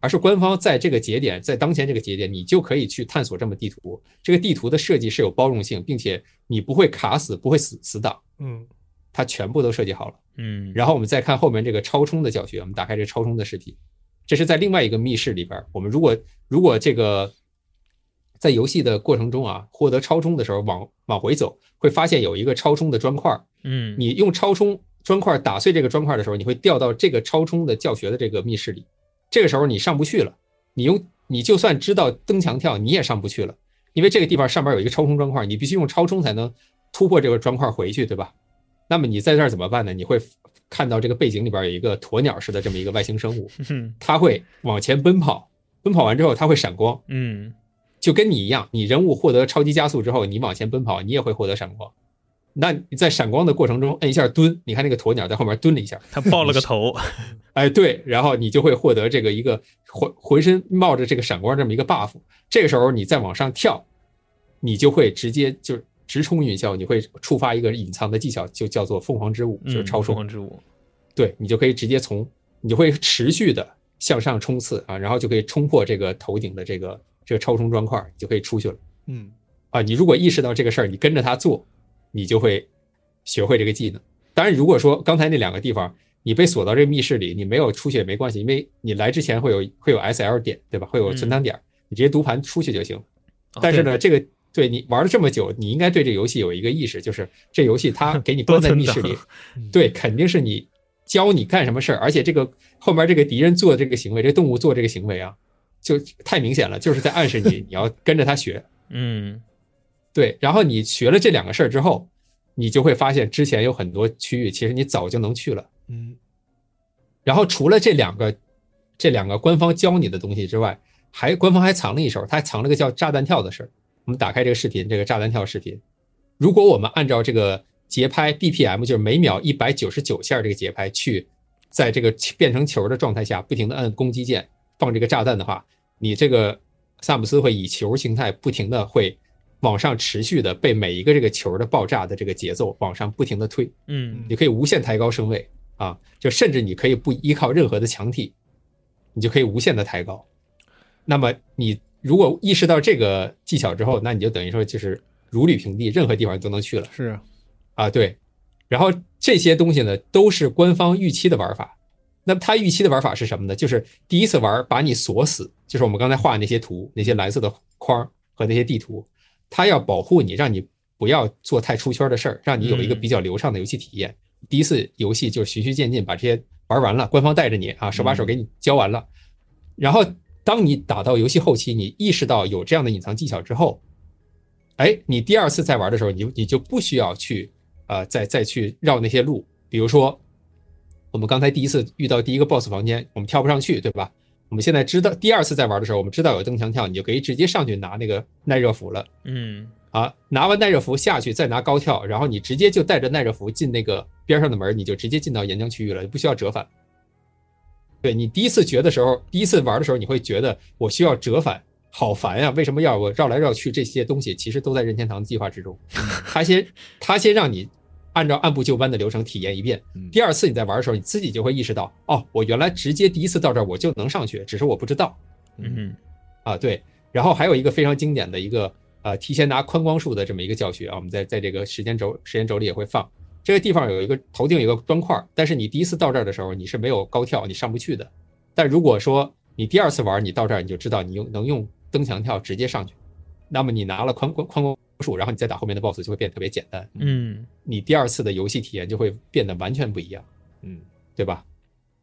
Speaker 3: 而是官方在这个节点，在当前这个节点，你就可以去探索这么地图，这个地图的设计是有包容性，并且你不会卡死，不会死死档，
Speaker 1: 嗯
Speaker 3: 它全部都设计好了。
Speaker 2: 嗯，
Speaker 3: 然后我们再看后面这个超充的教学，我们打开这超充的视频，这是在另外一个密室里边儿。我们如果如果这个在游戏的过程中啊，获得超充的时候往往回走，会发现有一个超充的砖块儿。
Speaker 2: 嗯
Speaker 3: 你用超充砖块打碎这个砖块的时候，你会掉到这个超充的教学的这个密室里。这个时候你上不去了，你用你就算知道蹬墙跳，你也上不去了，因为这个地方上面有一个超充砖块，你必须用超充才能突破这个砖块回去，对吧？那么你在这儿怎么办呢？你会看到这个背景里边有一个鸵鸟似的这么一个外星生物，
Speaker 2: 嗯
Speaker 3: 它会往前奔跑，奔跑完之后它会闪光，
Speaker 2: 嗯
Speaker 3: 就跟你一样，你人物获得超级加速之后，你往前奔跑，你也会获得闪光。那你在闪光的过程中摁一下蹲，你看那个鸵鸟在后面蹲了一下，
Speaker 2: 他爆了个头，
Speaker 3: 哎，对，然后你就会获得这个一个浑浑身冒着这个闪光这么一个 buff。这个时候你再往上跳，你就会直接就是直冲云霄，你会触发一个隐藏的技巧，就叫做凤凰之舞， 就是
Speaker 2: 嗯
Speaker 3: 超
Speaker 2: 凤
Speaker 3: 冲。
Speaker 2: 凰之舞，
Speaker 3: 对你就可以直接从，你就会持续的向上冲刺啊，然后就可以冲破这个头顶的这个这个超冲砖块，你就可以出去了
Speaker 1: 嗯
Speaker 3: 啊。你如果意识到这个事儿，你跟着他做，你就会学会这个技能。当然，如果说刚才那两个地方你被锁到这密室里，你没有出去也没关系，因为你来之前会有会有 SL 点，对吧？会有存档点儿，你直接读盘出去就行。
Speaker 2: 嗯哦
Speaker 3: 但是，
Speaker 2: 对
Speaker 3: 呢，这个对你玩了这么久，你应该对这游戏有一个意识，就是这游戏它给你
Speaker 2: 多
Speaker 3: 关在
Speaker 2: 存
Speaker 3: 密室
Speaker 2: 档
Speaker 3: 里，对，肯定是你教你干什么事儿，而且这个后面这个敌人做这个行为，这动物做这个行为啊，就太明显了，就是在暗示你你要跟着他学。
Speaker 2: 嗯
Speaker 3: 对，然后你学了这两个事儿之后，你就会发现之前有很多区域其实你早就能去了。
Speaker 1: 嗯
Speaker 3: 然后除了这两个这两个官方教你的东西之外，还官方还藏了一手，他还藏了个叫炸弹跳的事儿。我们打开这个视频，这个炸弹跳视频，如果我们按照这个节拍 BPM，就是每秒一百九十九下这个节拍去，在这个变成球的状态下不停的按攻击键放这个炸弹的话，你这个萨姆斯会以球形态不停的会往上持续的被每一个这个球的爆炸的这个节奏往上不停的推。
Speaker 2: 嗯
Speaker 3: 你可以无限抬高身位啊，就甚至你可以不依靠任何的墙体，你就可以无限的抬高。那么你如果意识到这个技巧之后，那你就等于说就是如履平地，任何地方你都能去了
Speaker 1: 是啊
Speaker 3: 啊。对，然后这些东西呢都是官方预期的玩法。那么它预期的玩法是什么呢？就是第一次玩把你锁死，就是我们刚才画那些图，那些蓝色的框儿和那些地图，它要保护你，让你不要做太出圈的事儿，让你有一个
Speaker 2: 嗯
Speaker 3: 比较流畅的游戏体验。第一次游戏就是循序渐进，把这些玩完了，官方带着你啊，手把手给你教完了。然后当你打到游戏后期，你意识到有这样的隐藏技巧之后，哎，你第二次再玩的时候，你你就不需要去呃再再去绕那些路，比如说。我们刚才第一次遇到第一个 BOSS 房间，我们跳不上去，对吧？我们现在知道第二次再玩的时候，我们知道有蹬墙跳，你就可以直接上去拿那个耐热服了。
Speaker 2: 嗯
Speaker 3: 啊，拿完耐热服下去，再拿高跳，然后你直接就带着耐热服进那个边上的门，你就直接进到岩浆区域了，不需要折返。对你第一次觉的时候，第一次玩的时候，你会觉得我需要折返，好烦呀、为什么要我绕来绕去？这些东西其实都在任天堂的计划之中。他先他先让你按照按部就班的流程体验一遍
Speaker 1: 嗯，
Speaker 3: 第二次你在玩的时候，你自己就会意识到，哦，我原来直接第一次到这儿我就能上去，只是我不知道。
Speaker 2: 嗯
Speaker 3: 啊，对。然后还有一个非常经典的一个呃，提前拿宽光束的这么一个教学啊，我们在在这个时间轴时间轴里也会放。这个地方有一个头顶有一个砖块儿，但是你第一次到这儿的时候你是没有高跳，你上不去的。但如果说你第二次玩，你到这儿你就知道你用能用蹬墙跳直接上去，那么你拿了宽光宽光束，然后你再打后面的 BOSS 就会变得特别简单，
Speaker 2: 嗯
Speaker 3: 你第二次的游戏体验就会变得完全不一样。
Speaker 1: 嗯
Speaker 3: 对吧？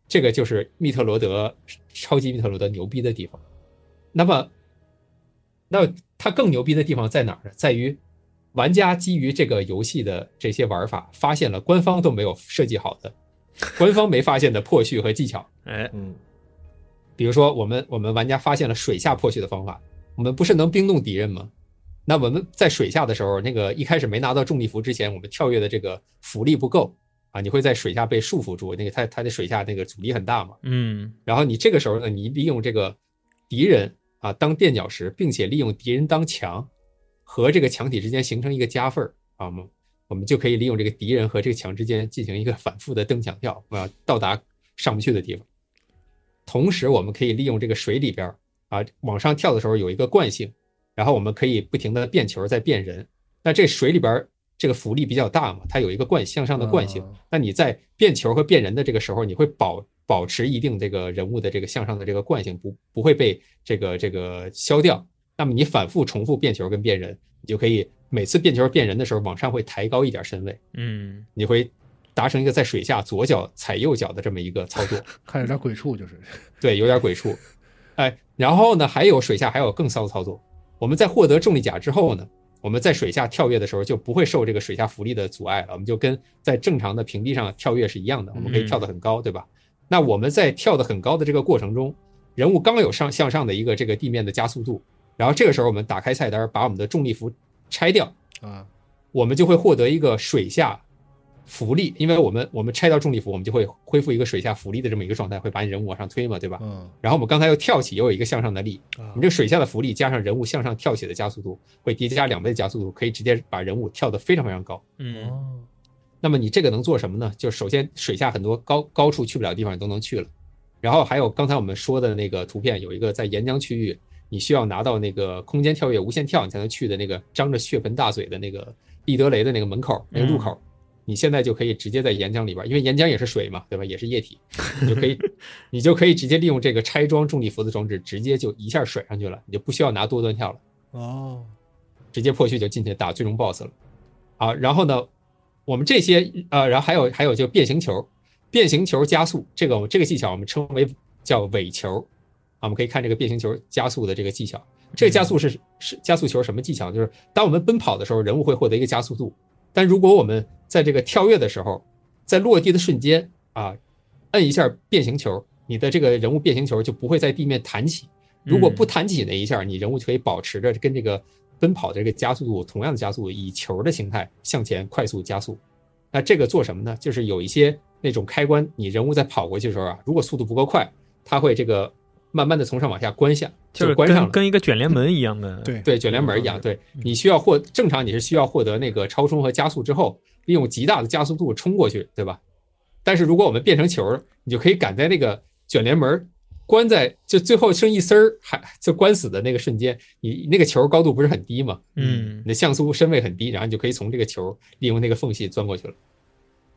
Speaker 3: 这个就是密特罗德超级密特罗德牛逼的地方。那么，那它更牛逼的地方在哪儿呢？在于玩家基于这个游戏的这些玩法，发现了官方都没有设计好的、官方没发现的破序和技巧。
Speaker 2: 哎
Speaker 1: 嗯
Speaker 3: 比如说，我们我们玩家发现了水下破序的方法，我们不是能冰冻敌人吗？那我们在水下的时候，那个一开始没拿到重力服之前，我们跳跃的这个浮力不够啊，你会在水下被束缚住。那个它它的水下那个阻力很大嘛。
Speaker 2: 嗯
Speaker 3: 然后你这个时候呢，你利用这个敌人啊当垫脚石，并且利用敌人当墙和这个墙体之间形成一个夹缝儿啊，我们我们就可以利用这个敌人和这个墙之间进行一个反复的蹬墙跳啊，到达上不去的地方。同时，我们可以利用这个水里边儿啊往上跳的时候有一个惯性，然后我们可以不停的变球再变人。那这水里边儿这个浮力比较大嘛，它有一个惯向上的惯性，
Speaker 1: 啊
Speaker 3: 那你在变球和变人的这个时候，你会保保持一定这个人物的这个向上的这个惯性，不不会被这个这个消掉。那么你反复重复变球跟变人，你就可以每次变球变人的时候往上会抬高一点身位，
Speaker 2: 嗯，
Speaker 3: 你会达成一个在水下左脚踩右脚的这么一个操作。
Speaker 1: 看有点鬼畜，就是
Speaker 3: 对，有点鬼畜。哎，然后呢，还有水下还有更骚的操作。我们在获得重力甲之后呢，我们在水下跳跃的时候就不会受这个水下浮力的阻碍了，我们就跟在正常的平地上跳跃是一样的，我们可以跳得很高，对吧？那我们在跳得很高的这个过程中，人物刚有上向上的一个这个地面的加速度，然后这个时候我们打开菜单，把我们的重力服拆掉，
Speaker 1: 啊，
Speaker 3: 我们就会获得一个水下浮力，因为我们我们拆掉重力服，我们就会恢复一个水下浮力的这么一个状态，会把你人物往上推嘛，对吧？
Speaker 1: 嗯
Speaker 3: 然后我们刚才又跳起，又有一个向上的力。
Speaker 1: 啊
Speaker 3: 我们这个水下的浮力加上人物向上跳起的加速度，会叠加两倍的加速度，可以直接把人物跳得非常非常高。
Speaker 2: 嗯
Speaker 1: 哦
Speaker 3: 那么你这个能做什么呢？就首先水下很多高高处去不了的地方你都能去了，然后还有刚才我们说的那个图片，有一个在沿江区域，你需要拿到那个空间跳跃无限跳，你才能去的那个张着血盆大嘴的那个利德雷的那个门口那个入口，你现在就可以直接在沿江里边，因为沿江也是水嘛，对吧？也是液体，你就可以 你就可以直接利用这个拆装重力服的装置，直接就一下甩上去了，你就不需要拿多段跳了。
Speaker 1: 哦，
Speaker 3: 直接破区就进去打最终 BOSS 了。啊，然后呢，我们这些呃，然后还有还有就变形球，变形球加速这个我们这个技巧我们称为叫尾球。啊，我们可以看这个变形球加速的这个技巧。这个加速是是加速球什么技巧？就是当我们奔跑的时候，人物会获得一个加速度，但如果我们在这个跳跃的时候，在落地的瞬间啊，摁一下变形球，你的这个人物变形球就不会在地面弹起。如果
Speaker 2: 嗯
Speaker 3: 不弹起那一下，你人物就可以保持着跟这个奔跑的这个加速度同样的加速，以球的形态向前快速加速。那这个做什么呢？就是有一些那种开关，你人物在跑过去的时候啊，如果速度不够快，它会这个慢慢的从上往下关下，
Speaker 2: 就是
Speaker 3: 关上了
Speaker 2: 跟。跟一个卷帘门一样的，
Speaker 1: 对
Speaker 3: 对，卷帘门一样，对你需要获正常你是需要获得那个超冲和加速之后，利用极大的加速度冲过去，对吧？但是如果我们变成球儿，你就可以赶在那个卷帘门儿关在就最后剩一丝儿还就关死的那个瞬间，你那个球儿高度不是很低嘛，
Speaker 2: 嗯
Speaker 3: 你的像素身位很低，然后你就可以从这个球儿利用那个缝隙钻过去了，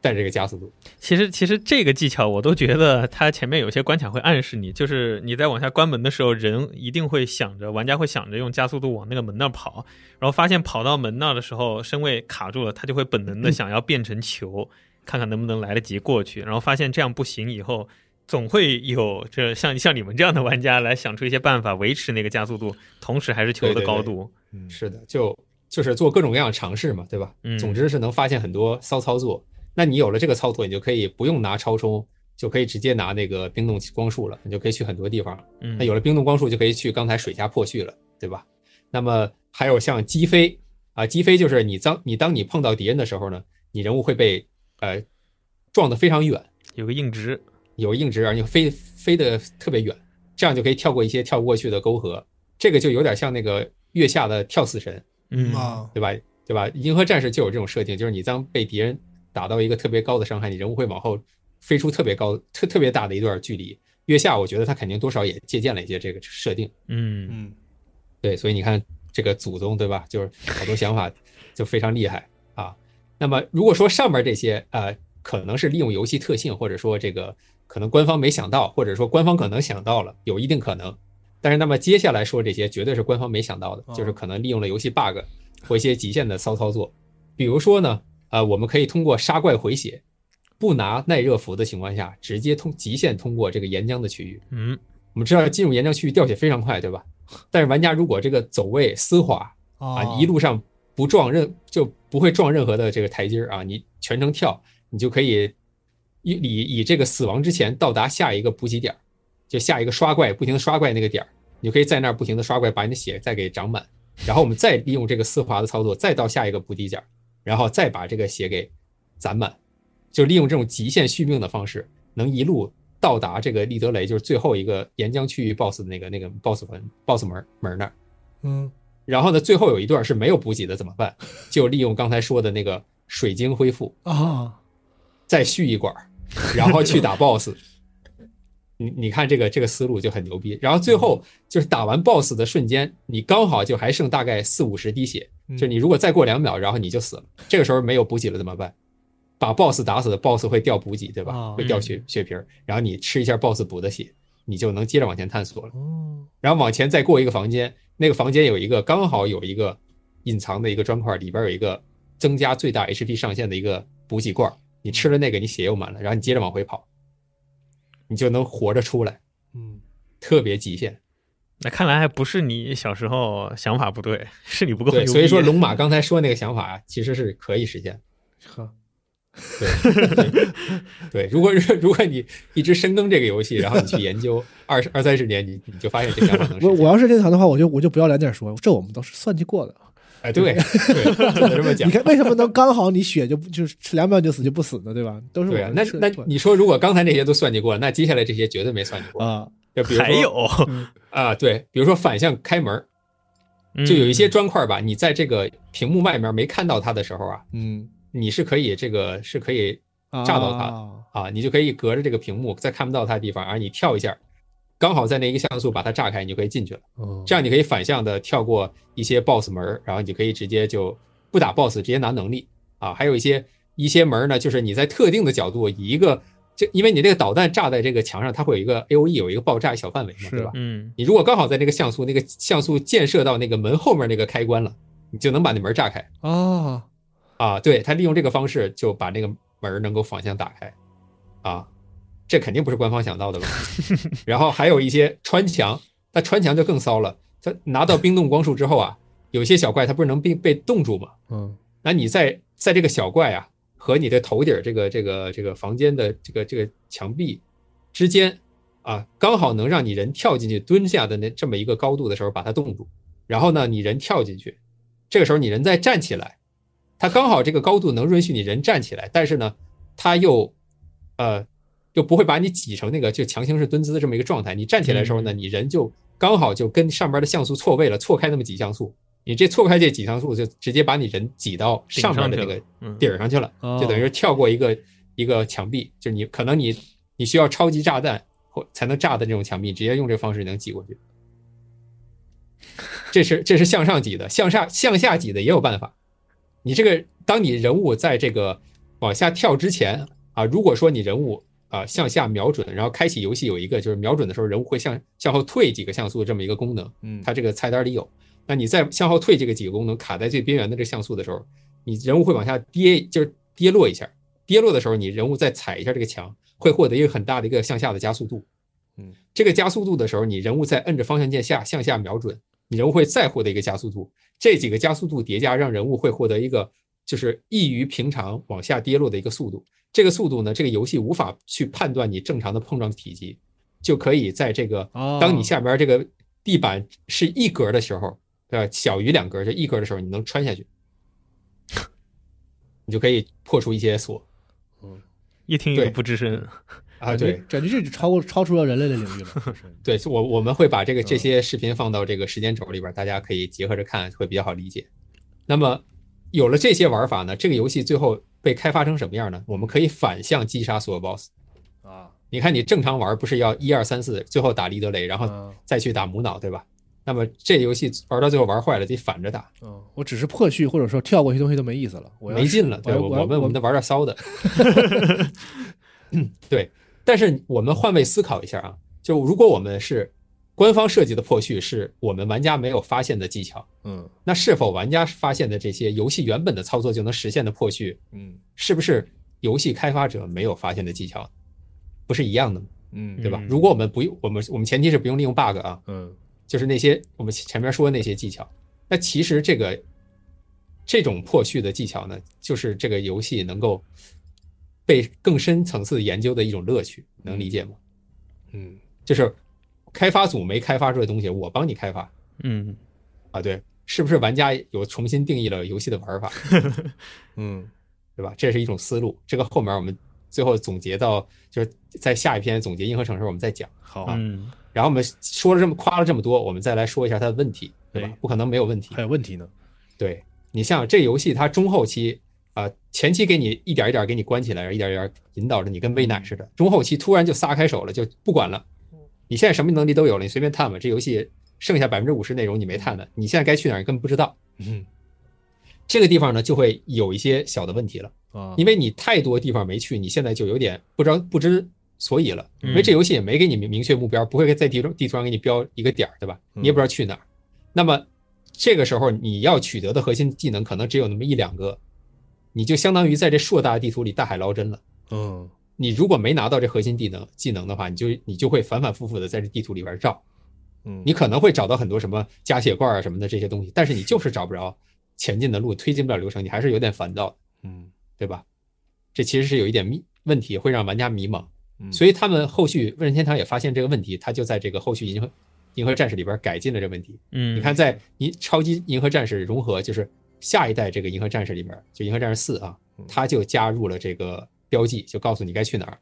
Speaker 3: 带着这个加速度。
Speaker 2: 其实其实这个技巧我都觉得它前面有些关卡会暗示你，就是你在往下关门的时候，人一定会想着，玩家会想着用加速度往那个门那儿跑，然后发现跑到门那儿的时候，身位卡住了，他就会本
Speaker 3: 嗯
Speaker 2: 能的想要变成球，看看能不能来得及过去，然后发现这样不行以后。总会有这像像你们这样的玩家来想出一些办法维持那个加速度，同时还是球
Speaker 3: 对
Speaker 2: 的
Speaker 3: 对
Speaker 2: 高
Speaker 3: 对
Speaker 2: 度。
Speaker 1: 嗯
Speaker 3: 是的，就就是做各种各样的尝试嘛，对吧？
Speaker 2: 嗯
Speaker 3: 总之是能发现很多骚操作。那你有了这个操作，你就可以不用拿超充，就可以直接拿那个冰冻光束了，你就可以去很多地方。
Speaker 2: 嗯，
Speaker 3: 那有了冰冻光束，就可以去刚才水下破絮了，对吧？那么还有像击飞啊，击飞就是你当你当你碰到敌人的时候呢，你人物会被呃撞得非常远，
Speaker 2: 有个硬
Speaker 3: 啊
Speaker 2: 直，
Speaker 3: 有硬直，而且飞飞得特别远，这样就可以跳过一些跳不过去的沟壑。这个就有点像那个月下的跳死神，
Speaker 2: 嗯
Speaker 1: 啊，
Speaker 3: 对吧？对吧？银河战士就有这种设定，就是你当被敌人打到一个特别高的伤害，你人物会往后飞出特别高、特特别大的一段距离。月下，我觉得他肯定多少也借鉴了一些这个设定。
Speaker 2: 嗯
Speaker 1: 嗯，
Speaker 3: 对，所以你看这个祖宗对吧？就是好多想法就非常厉害啊。那么如果说上面这些呃，可能是利用游戏特性，或者说这个可能官方没想到，或者说官方可能想到了，有一定可能。但是那么接下来说这些绝对是官方没想到的，就是
Speaker 1: 哦
Speaker 3: 可能利用了游戏 bug 或一些极限的骚操作。比如说呢，呃，我们可以通过杀怪回血，不拿耐热服的情况下，直接通极限通过这个岩浆的区域。
Speaker 2: 嗯
Speaker 3: 我们知道进入岩浆区域掉血非常快，对吧？但是玩家如果这个走位丝滑啊，
Speaker 1: 哦
Speaker 3: 一路上不撞任就不会撞任何的这个台阶儿啊，你全程跳，你就可以以以以这个死亡之前到达下一个补给点儿，就下一个刷怪，不停的刷怪那个点儿，你就可以在那儿不停的刷怪，把你的血再给长满。然后我们再利用这个丝滑的操作，再到下一个补底角，然后再把这个血给攒满，就利用这种极限续命的方式，能一路到达这个利德雷，就是最后一个岩浆区域 BOSS 的那个那个 BOSS 门 BOSS 门门那儿。
Speaker 1: 嗯，
Speaker 3: 然后呢，最后有一段是没有补给的，怎么办？就利用刚才说的那个水晶恢复，
Speaker 1: 啊，
Speaker 3: 再续一管儿，然后去打 BOSS。你你看这个这个思路就很牛逼。然后最后就是打完 BOSS 的瞬间，你刚好就还剩大概四五十滴血，
Speaker 1: 嗯
Speaker 3: 就你如果再过两秒，然后你就死了。这个时候没有补给了怎么办？把 BOSS 打死的 BOSS 会掉补给，对吧
Speaker 1: 啊？
Speaker 3: 会掉血血瓶儿，然后你吃一下 BOSS 补的血，你就能接着往前探索了。
Speaker 1: 哦，
Speaker 3: 然后往前再过一个房间，那个房间有一个刚好有一个隐藏的一个砖块，里边有一个增加最大 HP 上限的一个补给罐，你吃了那个，你血又满了，然后你接着往回跑，你就能活着出来，
Speaker 1: 嗯，
Speaker 3: 特别极限。
Speaker 2: 那看来还不是你小时候想法不对，是你不够
Speaker 3: 对，
Speaker 2: 牛
Speaker 3: 所以
Speaker 2: 逼
Speaker 3: 说龙马刚才说那个想法啊，其实是可以实现的。
Speaker 1: 呵，
Speaker 3: 对，如果是如果你一直深耕这个游戏，然后你去研究二十二三十年，你你就发现这想法能实
Speaker 1: 嗯我
Speaker 3: 现。
Speaker 1: 我要是天堂的话，我就我就不要两点说，这我们都是算计过的。
Speaker 3: 哎，对，对，不能这么讲
Speaker 1: 你。看为什么能刚好你血就不就是吃两秒你就死就不死呢？对吧？都嗯是我
Speaker 3: 对啊
Speaker 1: 们，
Speaker 3: 那
Speaker 1: 设计
Speaker 3: 那
Speaker 1: 过的
Speaker 3: 你说，如果刚才这些都算计过了，那接下来这些绝对没算计过。
Speaker 1: 啊，
Speaker 3: 就比如说
Speaker 2: 呃还有
Speaker 3: 啊，对，比如说反向开门儿，就有一
Speaker 2: 嗯
Speaker 3: 些砖块儿吧，你在这个屏幕外面没看到它的时候啊，
Speaker 1: 嗯，
Speaker 3: 你是可以这个是可以
Speaker 1: 啊
Speaker 3: 炸到啊，你就可以隔着这个屏幕在看不到它的地方，而你跳一下，刚好在那一个像素把它炸开，你就可以进去了。
Speaker 1: 哦
Speaker 3: 这样你可以反向的跳过一些 BOSS 门儿，然后你就可以直接就不打 BOSS，直接拿能力啊。还有一些一些门儿呢，就是你在特定的角度以一个。这因为你这个导弹炸在这个墙上，它会有一个 A O E 有一个爆炸小范围嘛，
Speaker 1: 是
Speaker 3: 对吧？
Speaker 2: 嗯
Speaker 3: 你如果刚好在那个像素那个像素建设到那个门后面那个开关了，你就能把那门炸开
Speaker 1: 啊，
Speaker 3: 啊。对他利用这个方式就把那个门能够反向打开啊，这肯定不是官方想到的吧？然后还有一些穿墙，那穿墙就更骚了。他拿到冰冻光束之后啊，有些小怪它不是能被被冻住吗？
Speaker 1: 嗯
Speaker 3: 那你在在这个小怪啊和你的头顶儿这个这个这个房间的这个这个墙壁之间啊，刚好能让你人跳进去蹲下的那这么一个高度的时候，把它冻住。然后呢，你人跳进去，这个时候你人再站起来，它刚好这个高度能允许你人站起来，但是呢，它又呃又不会把你挤成那个就强行式蹲姿的这么一个状态。你站起来的时候呢，你人就刚好就跟上边的像素错位了，错开那么几像素。你这错开这几像素，就直接把你人挤到
Speaker 2: 顶
Speaker 3: 上面
Speaker 2: 上
Speaker 3: 的
Speaker 2: 去
Speaker 3: 那个
Speaker 2: 了嗯
Speaker 3: 顶上去了，
Speaker 1: 哦
Speaker 3: 就等于是跳过一个一个墙壁，就是你可能你你需要超级炸弹或才能炸的这种墙壁，直接用这个方式能挤过去。这是这是向上挤的，向下向下挤的也有办法。你这个当你人物在这个往下跳之前啊，如果说你人物啊向下瞄准，然后开启游戏有一个就是瞄准的时候人物会向向后退几个像素这么一个功能，
Speaker 1: 嗯，
Speaker 3: 它这个菜单里有。那你在向后退这个几个功能卡在最边缘的这个像素的时候，你人物会往下跌，就是跌落一下。跌落的时候，你人物再踩一下这个墙，会获得一个很大的一个向下的加速度。
Speaker 1: 嗯，
Speaker 3: 这个加速度的时候，你人物再摁着方向键下向下瞄准，你人物会再获得一个加速度。这几个加速度叠加，让人物会获得一个就是异于平常往下跌落的一个速度。这个速度呢，这个游戏无法去判断你正常的碰撞体积，就可以在这个
Speaker 1: 哦
Speaker 3: 当你下边这个地板是一格的时候，对吧？小于两格就一格的时候，你能穿下去，你就可以破除一些锁
Speaker 2: 一听也
Speaker 3: 对
Speaker 2: 不吱声，
Speaker 3: 啊。
Speaker 1: 感觉
Speaker 3: 对，
Speaker 1: 感觉这就超过超出了人类的领域了。就是
Speaker 3: 对， 是我我们会把这个这些视频放到这个时间轴里边，大家可以结合着看，会比较好理解。那么有了这些玩法呢，这个游戏最后被开发成什么样呢？我们可以反向击杀所有 BOSS。
Speaker 1: 啊，
Speaker 3: 你看，你正常玩不是要一二三四，最后打利德雷，然后
Speaker 1: 嗯
Speaker 3: 再去打母脑，对吧？那么这游戏玩到最后玩坏了，得反着打。
Speaker 1: 嗯，我只是破去或者说跳过去东西都没意思了，我要
Speaker 3: 没劲了。
Speaker 1: 我
Speaker 3: 对，
Speaker 1: 要
Speaker 3: 我
Speaker 1: 要
Speaker 3: 我们我们得玩点骚的。 嗯，对。但是我们换位思考一下啊，就如果我们是官方设计的破序，是我们玩家没有发现的技巧，
Speaker 1: 嗯
Speaker 3: 那是否玩家发现的这些游戏原本的操作就能实现的破序，
Speaker 1: 嗯
Speaker 3: 是不是游戏开发者没有发现的技巧？不是一样的吗？
Speaker 1: 嗯
Speaker 3: 对吧
Speaker 2: 嗯？
Speaker 3: 如果我们不用，我们我们前提是不用利用 bug 啊，
Speaker 1: 嗯
Speaker 3: 就是那些我们前面说的那些技巧。那其实这个这种破序的技巧呢，就是这个游戏能够被更深层次研究的一种乐趣，能理解吗？
Speaker 1: 嗯
Speaker 3: 就是开发组没开发出来的东西，我帮你开发
Speaker 2: 嗯
Speaker 3: 啊，对。是不是玩家有重新定义了游戏的玩法，
Speaker 4: 嗯
Speaker 3: 对吧？这是一种思路。这个后面我们最后总结到，就是在下一篇总结《银河城》的时候我们再讲。
Speaker 1: 好，
Speaker 2: 嗯，
Speaker 3: 然后我们说了这么夸了这么多，我们再来说一下它的问题，对吧
Speaker 1: 对？
Speaker 3: 不可能没有问题
Speaker 1: 还。有问题呢？
Speaker 3: 对你像这游戏，它中后期啊、前期给你一点一点给你关起来，然后一点一点引导着你，跟喂奶似的。中后期突然就撒开手了，就不管了。你现在什么能力都有了，你随便探吧。这游戏剩下百分之五十内容你没探的，你现在该去哪儿你根本不知道。
Speaker 4: 嗯
Speaker 3: 这个地方呢，就会有一些小的问题了，
Speaker 1: 啊，
Speaker 3: 因为你太多地方没去，你现在就有点不知道不知所以了。
Speaker 2: 嗯
Speaker 3: 因为这游戏也没给你明明确目标，不会在地图地图上给你标一个点儿，对吧？
Speaker 4: 嗯
Speaker 3: 你也不知道去哪儿。那么这个时候你要取得的核心技能可能只有那么一两个，你就相当于在这硕大的地图里大海捞针了。
Speaker 4: 嗯
Speaker 3: 你如果没拿到这核心技能技能的话，你就你就会反反复复的在这地图里边绕，
Speaker 4: 嗯，
Speaker 3: 你可能会找到很多什么加铁罐啊什么的这些东西，但是你就是找不着前进的路，推进不了流程，你还是有点烦躁的。
Speaker 4: 嗯
Speaker 3: 对吧？这其实是有一点迷问题，会让玩家迷茫。
Speaker 4: 嗯
Speaker 3: 所以他们后续任天堂也发现这个问题，他就在这个后续银河银河战士里边改进了这个问题。
Speaker 2: 嗯，
Speaker 3: 你看，在银超级银河战士融合，就是下一代这个银河战士里边，就银河战士四啊
Speaker 4: 嗯，
Speaker 3: 它就加入了这个标记，就告诉你该去哪儿。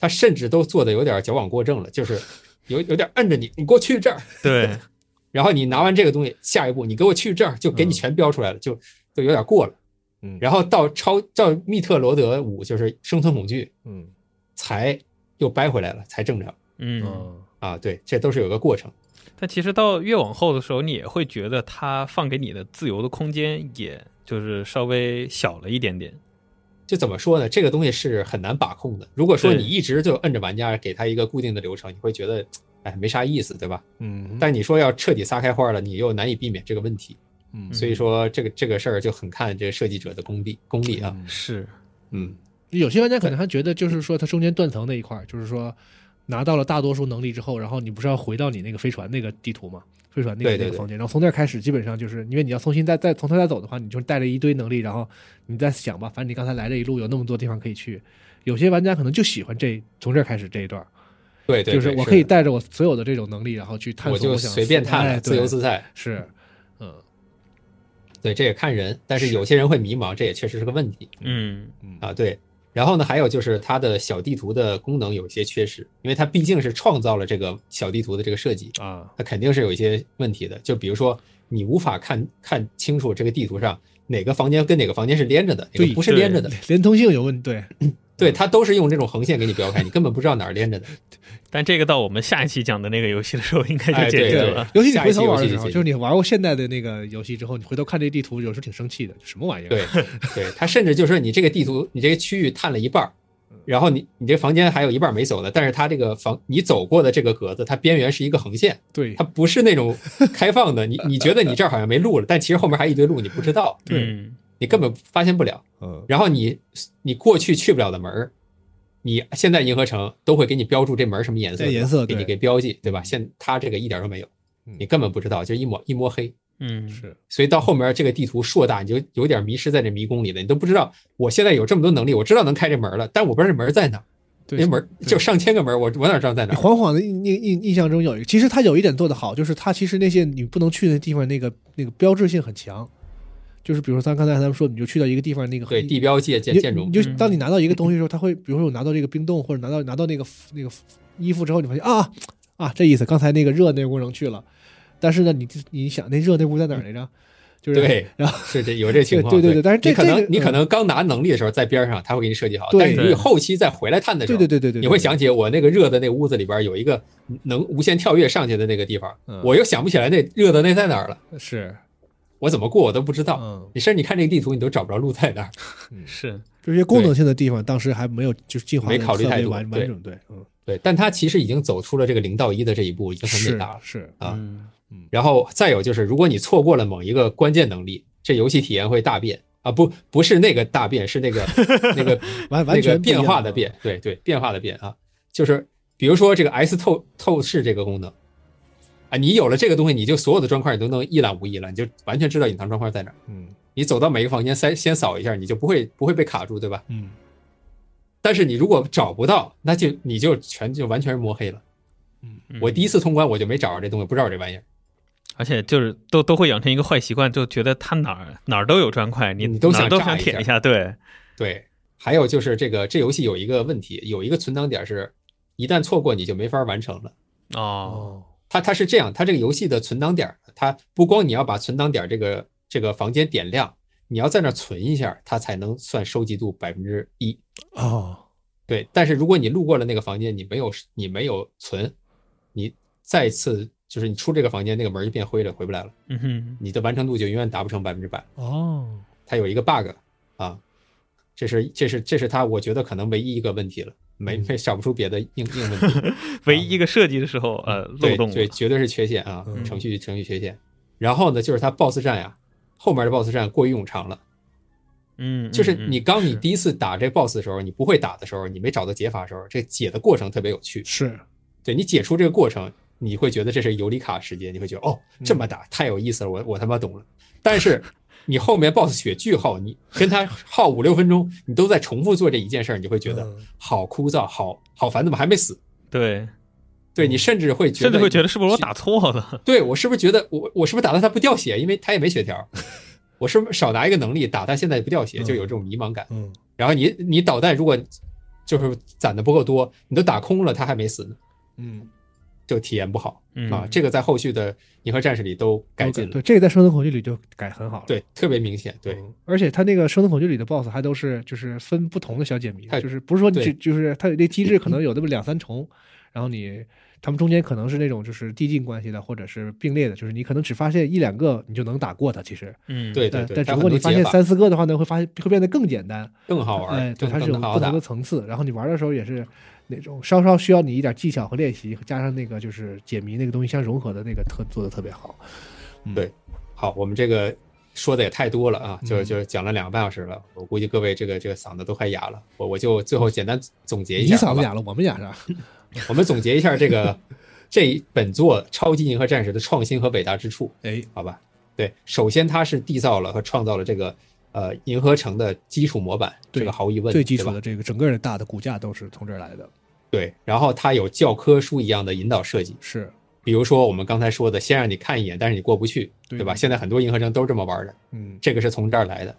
Speaker 3: 它甚至都做的有点矫枉过正了，就是有有点摁着你，你给我去这儿，
Speaker 2: 对，
Speaker 3: 然后你拿完这个东西，下一步你给我去这儿，就给你全标出来了，就就有点过了。
Speaker 4: 嗯
Speaker 3: 然后到超到密特罗德五就是生存恐惧，
Speaker 4: 嗯
Speaker 3: 才又掰回来了，才正常
Speaker 2: 嗯，
Speaker 4: 嗯
Speaker 3: 啊。对，这都是有个过程。
Speaker 2: 但其实到越往后的时候，你也会觉得它放给你的自由的空间，也就是稍微小了一点点。
Speaker 3: 就怎么说呢？这个东西是很难把控的。如果说
Speaker 2: 对
Speaker 3: 你一直就摁着玩家给他一个固定的流程，你会觉得，哎，没啥意思，对吧？
Speaker 4: 嗯，
Speaker 3: 但你说要彻底撒开花了，你又难以避免这个问题。
Speaker 4: 嗯
Speaker 3: 所以说，这个这个事儿就很看这个设计者的功力功力
Speaker 1: 嗯
Speaker 3: 啊。
Speaker 2: 是，
Speaker 3: 嗯，
Speaker 1: 有些玩家可能还觉得，就是说它中间断层那一块儿，就是说拿到了大多数能力之后，然后你不是要回到你那个飞船那个地图吗？飞船那个
Speaker 3: 对
Speaker 1: 那
Speaker 3: 对
Speaker 1: 个
Speaker 3: 对
Speaker 1: 房间，然后从那儿开始，基本上就是因为你要重新再再从头再走的话，你就带着一堆能力，然后你再想吧，反正你刚才来这一路有那么多地方可以去。有些玩家可能就喜欢这从这儿开始这一段儿，
Speaker 3: 对对，
Speaker 1: 就是
Speaker 3: 对
Speaker 1: 我
Speaker 3: 是
Speaker 1: 可以
Speaker 3: 的
Speaker 1: 带着我所有的这种能力，然后去探
Speaker 3: 我
Speaker 1: 索
Speaker 3: 就
Speaker 1: 想
Speaker 3: 随便
Speaker 1: 说
Speaker 3: 探
Speaker 1: 哎
Speaker 3: 了，自由
Speaker 1: 对
Speaker 3: 自在。
Speaker 1: 是，嗯，
Speaker 3: 对，这也看人，但是有些人会迷茫，这也确实是个问题
Speaker 2: 嗯
Speaker 3: 啊。对，然后呢，还有就是它的小地图的功能有一些缺失，因为它毕竟是创造了这个小地图的这个设计，
Speaker 1: 啊，
Speaker 3: 它肯定是有一些问题的。就比如说，你无法看看清楚这个地图上哪个房间跟哪个房间是连着的，哪
Speaker 1: 对
Speaker 3: 个不是连着的。
Speaker 1: 连通性有问对，
Speaker 3: 对，它都是用这种横线给你标开，你根本不知道哪儿连着的。
Speaker 2: 但这个到我们下一期讲的那个游戏的时候，应该就
Speaker 3: 哎
Speaker 2: 解
Speaker 3: 对
Speaker 2: 决
Speaker 3: 对
Speaker 2: 了。
Speaker 1: 尤其你
Speaker 3: 下一
Speaker 1: 回
Speaker 3: 期
Speaker 1: 头
Speaker 3: 游
Speaker 1: 玩的
Speaker 3: 戏
Speaker 1: 时
Speaker 3: 就
Speaker 1: 候，
Speaker 3: 解
Speaker 1: 就是
Speaker 3: 决
Speaker 1: 你玩过现代的那个游戏之后，你回头看这地图，有时候挺生气的，什么玩意儿？
Speaker 3: 对，对，它甚至就是说你这个地图，你这个区域探了一半儿，然后你你这房间还有一半儿没走呢，但是它这个房你走过的这个格子，它边缘是一个横线，
Speaker 1: 对
Speaker 3: 它不是那种开放的。你你觉得你这儿好像没路了，但其实后面还一堆路，你不知道，
Speaker 2: 对，
Speaker 3: 你根本发现不了。
Speaker 4: 嗯
Speaker 3: 然后你你过去去不了的门儿，你现在银河城都会给你标注这门儿什么颜色
Speaker 1: 哎
Speaker 3: 的，
Speaker 1: 颜色
Speaker 3: 给
Speaker 1: 对
Speaker 3: 你给标记，对吧？现它这个一点儿都没有，
Speaker 4: 嗯
Speaker 3: 你根本不知道，就一抹一摸黑。
Speaker 2: 嗯，
Speaker 1: 是
Speaker 3: 所以到后面这个地图硕大，你就有点迷失在这迷宫里了，你都不知道我现在有这么多能力，我知道能开这门儿了，但我不知道这门儿在哪儿，
Speaker 1: 对，
Speaker 3: 那门儿就上千个门儿，我我哪知道在哪
Speaker 1: 你
Speaker 3: 儿？
Speaker 1: 晃晃的印印印印象中有一个，其实他有一点做得好，就是他其实那些你不能去的地方，那个那个标志性很强。就是比如说，咱刚才咱们说，你就去到一个地方，那个
Speaker 3: 对，
Speaker 1: 你
Speaker 3: 地标界建
Speaker 1: 你
Speaker 3: 建筑
Speaker 1: 你，就
Speaker 2: 嗯
Speaker 1: 当你拿到一个东西的时候，他会，比如说我拿到这个冰冻，或者拿到拿到那个那个衣服之后，你发现啊啊这意思，刚才那个热那屋能去了，但是呢，你你想那热那屋在哪儿来着？就是
Speaker 3: 对
Speaker 1: 然后
Speaker 3: 是这有这情况，
Speaker 1: 对对对但是这
Speaker 3: 你可
Speaker 1: 这
Speaker 3: 能
Speaker 1: 个
Speaker 3: 你
Speaker 1: 嗯
Speaker 3: 可能刚拿能力的时候在边儿上，他会给你设计好，
Speaker 1: 对
Speaker 3: 但是你
Speaker 2: 对
Speaker 3: 后期再回来探的时
Speaker 1: 对
Speaker 3: 候，
Speaker 1: 对对对对，
Speaker 3: 你会
Speaker 1: 对
Speaker 3: 想起我那个热的那屋子里边有一个能无限跳跃上去的那个地方，
Speaker 1: 嗯
Speaker 3: 我又想不起来那热的那在哪儿了，
Speaker 1: 是
Speaker 3: 我怎么过我都不知道。
Speaker 1: 嗯，
Speaker 3: 你甚至你看这个地图，你都找不着路在哪儿。
Speaker 2: 是，
Speaker 1: 这些功能性的地方，当时还没有就是进化
Speaker 3: 没
Speaker 1: 得
Speaker 3: 考虑
Speaker 1: 特
Speaker 3: 太
Speaker 1: 别
Speaker 3: 多
Speaker 1: 完
Speaker 3: 对
Speaker 1: 完整，对，嗯，
Speaker 3: 对，但它其实已经走出了这个零到一的这一步，已经很伟
Speaker 1: 是
Speaker 3: 大了。
Speaker 1: 是，
Speaker 3: 啊
Speaker 2: 嗯
Speaker 3: 然后再有就是，如果你错过了某一个关键能力，这游戏体验会大变啊！不，不是那个大变，是 那个那个
Speaker 1: 完完
Speaker 3: 那个
Speaker 1: 全不一
Speaker 3: 变
Speaker 1: 样
Speaker 3: 化的变，对对，变化的变啊，就是比如说这个 S 透透视这个功能啊，你有了这个东西，你就所有的砖块你都能一览无遗了，你就完全知道隐藏砖块在哪儿。
Speaker 4: 嗯
Speaker 3: 你走到每个房间先先扫一下，你就不会不会被卡住，对吧？
Speaker 1: 嗯，
Speaker 3: 但是你如果找不到，那就你就全就完全是摸黑了。
Speaker 2: 嗯
Speaker 3: 我第一次通关我就没找着这东西，不知道有这玩意儿。
Speaker 2: 而且就是都都会养成一个坏习惯，就觉得它哪儿哪儿都有砖块，你
Speaker 3: 你都
Speaker 2: 哪
Speaker 3: 想
Speaker 2: 儿都
Speaker 3: 炸
Speaker 2: 想
Speaker 3: 一
Speaker 2: 舔
Speaker 3: 下
Speaker 2: 一下，对，
Speaker 3: 对，还有就是这个这游戏有一个问题，有一个存档点是，一旦错过你就没法完成了。
Speaker 2: 哦，
Speaker 1: 哦，
Speaker 3: 它它是这样，它这个游戏的存档点儿，它不光你要把存档点儿这个这个房间点亮，你要在那儿存一下，它才能算收集度百分之一。
Speaker 1: 哦，
Speaker 3: 对，但是如果你路过了那个房间，你没有你没有存，你再次就是你出这个房间，那个门儿就变灰了，回不来了，
Speaker 2: 嗯哼，
Speaker 3: 你的完成度就永远达不成百分之百。
Speaker 1: 哦，
Speaker 3: 它有一个 bug 啊，这是这是这是它我觉得可能唯一一个问题了，没
Speaker 2: 嗯
Speaker 3: 没想不出别的硬硬问题。
Speaker 2: 唯一一个设计的时候，呃，漏
Speaker 3: 嗯对
Speaker 2: 洞了
Speaker 3: 对，绝对是缺陷啊，
Speaker 4: 嗯
Speaker 3: 程序程序缺陷。然后呢，就是它 BOSS 战呀、后面的 BOSS 战过于冗长了。
Speaker 2: 嗯，
Speaker 3: 就是
Speaker 2: 嗯
Speaker 3: 你刚你
Speaker 2: 是
Speaker 3: 第一次打这 BOSS 的时候，你不会打的时候，你没找到解法的时候，这解的过程特别有趣。
Speaker 1: 是，
Speaker 3: 对你解除这个过程，你会觉得这是尤里卡时间，你会觉得哦，
Speaker 2: 嗯
Speaker 3: 这么打太有意思了，我我他妈懂了。但 是你后面 BOSS 血巨耗，你跟他耗五六分钟，你都在重复做这一件事儿，你会觉得
Speaker 4: 嗯
Speaker 3: 好枯燥，好好烦，怎么还没死？
Speaker 2: 对，
Speaker 3: 对你甚至会
Speaker 2: 嗯
Speaker 3: 觉得，
Speaker 2: 甚至会觉得是不是我打错了？
Speaker 3: 对我是不是觉得我我是不是打到他不掉血，因为他也没血 条，我是不是少拿一个能力打他现在不掉血，就有这种迷茫感。
Speaker 4: 嗯
Speaker 3: 然后你你导弹如果就是攒的不够多，你都打空了，他还没死呢，
Speaker 4: 嗯
Speaker 3: 就体验不好
Speaker 2: 嗯
Speaker 3: 啊。这个在后续的银河战士里都改进了，
Speaker 1: 对，这个在《生存恐惧》里就改很好了。，嗯
Speaker 3: 对，特别明显，对，
Speaker 1: 而且他那个《生存恐惧》里的 BOSS 还都是就是分不同的小解谜
Speaker 3: 它，
Speaker 1: 就是不是说你
Speaker 3: 对
Speaker 1: 就就是它有那机制可能有那么两三重，然后你他们中间可能是那种就是递进关系的，或者是并列的，就是你可能只发现一两个你就能打过它，其实，
Speaker 2: 嗯，
Speaker 3: 对对
Speaker 1: 但
Speaker 3: 对，
Speaker 1: 哎但只
Speaker 3: 它
Speaker 1: 不
Speaker 3: 很
Speaker 1: 过
Speaker 3: 多
Speaker 1: 你发
Speaker 3: 解
Speaker 1: 现
Speaker 3: 法
Speaker 1: 三四个的话呢，会发现会变得更简单，
Speaker 3: 更好
Speaker 1: 哎
Speaker 3: 玩，，
Speaker 1: 对，
Speaker 3: 更
Speaker 1: 它是有
Speaker 3: 更好
Speaker 1: 不同
Speaker 3: 打
Speaker 1: 的，层次，然后你玩的时候也是那种稍稍需要你一点技巧和练习，加上那个就是解谜那个东西相融合的那个特做的特别好，嗯
Speaker 3: 对。好，我们这个说的也太多了啊，就
Speaker 1: 嗯
Speaker 3: 就讲了两个半小时了，我估计各位这个这个嗓子都快哑了，我我就最后简单总结一
Speaker 1: 你
Speaker 3: 下，
Speaker 1: 嗓
Speaker 3: 好
Speaker 1: 子
Speaker 3: 吧
Speaker 1: 哑了，我们哑 啥？
Speaker 3: 我们总结一下这个这一本作《超级银河战士》的创新和伟大之处，
Speaker 1: 哎，
Speaker 3: 好吧？对，首先它是缔造了和创造了这个呃银河城的基础模板，
Speaker 1: 对
Speaker 3: 这个毫无疑问，
Speaker 1: 最基
Speaker 3: 对
Speaker 1: 础
Speaker 3: 吧
Speaker 1: 的这个整个的大的骨架都是从这儿来的，
Speaker 3: 对。然后它有教科书一样的引导设计，
Speaker 1: 是
Speaker 3: 比如说我们刚才说的，先让你看一眼，但是你过不去，
Speaker 1: 对
Speaker 3: 对吧？现在很多银河城都是这么玩的，
Speaker 1: 嗯
Speaker 3: 这个是从这儿来的。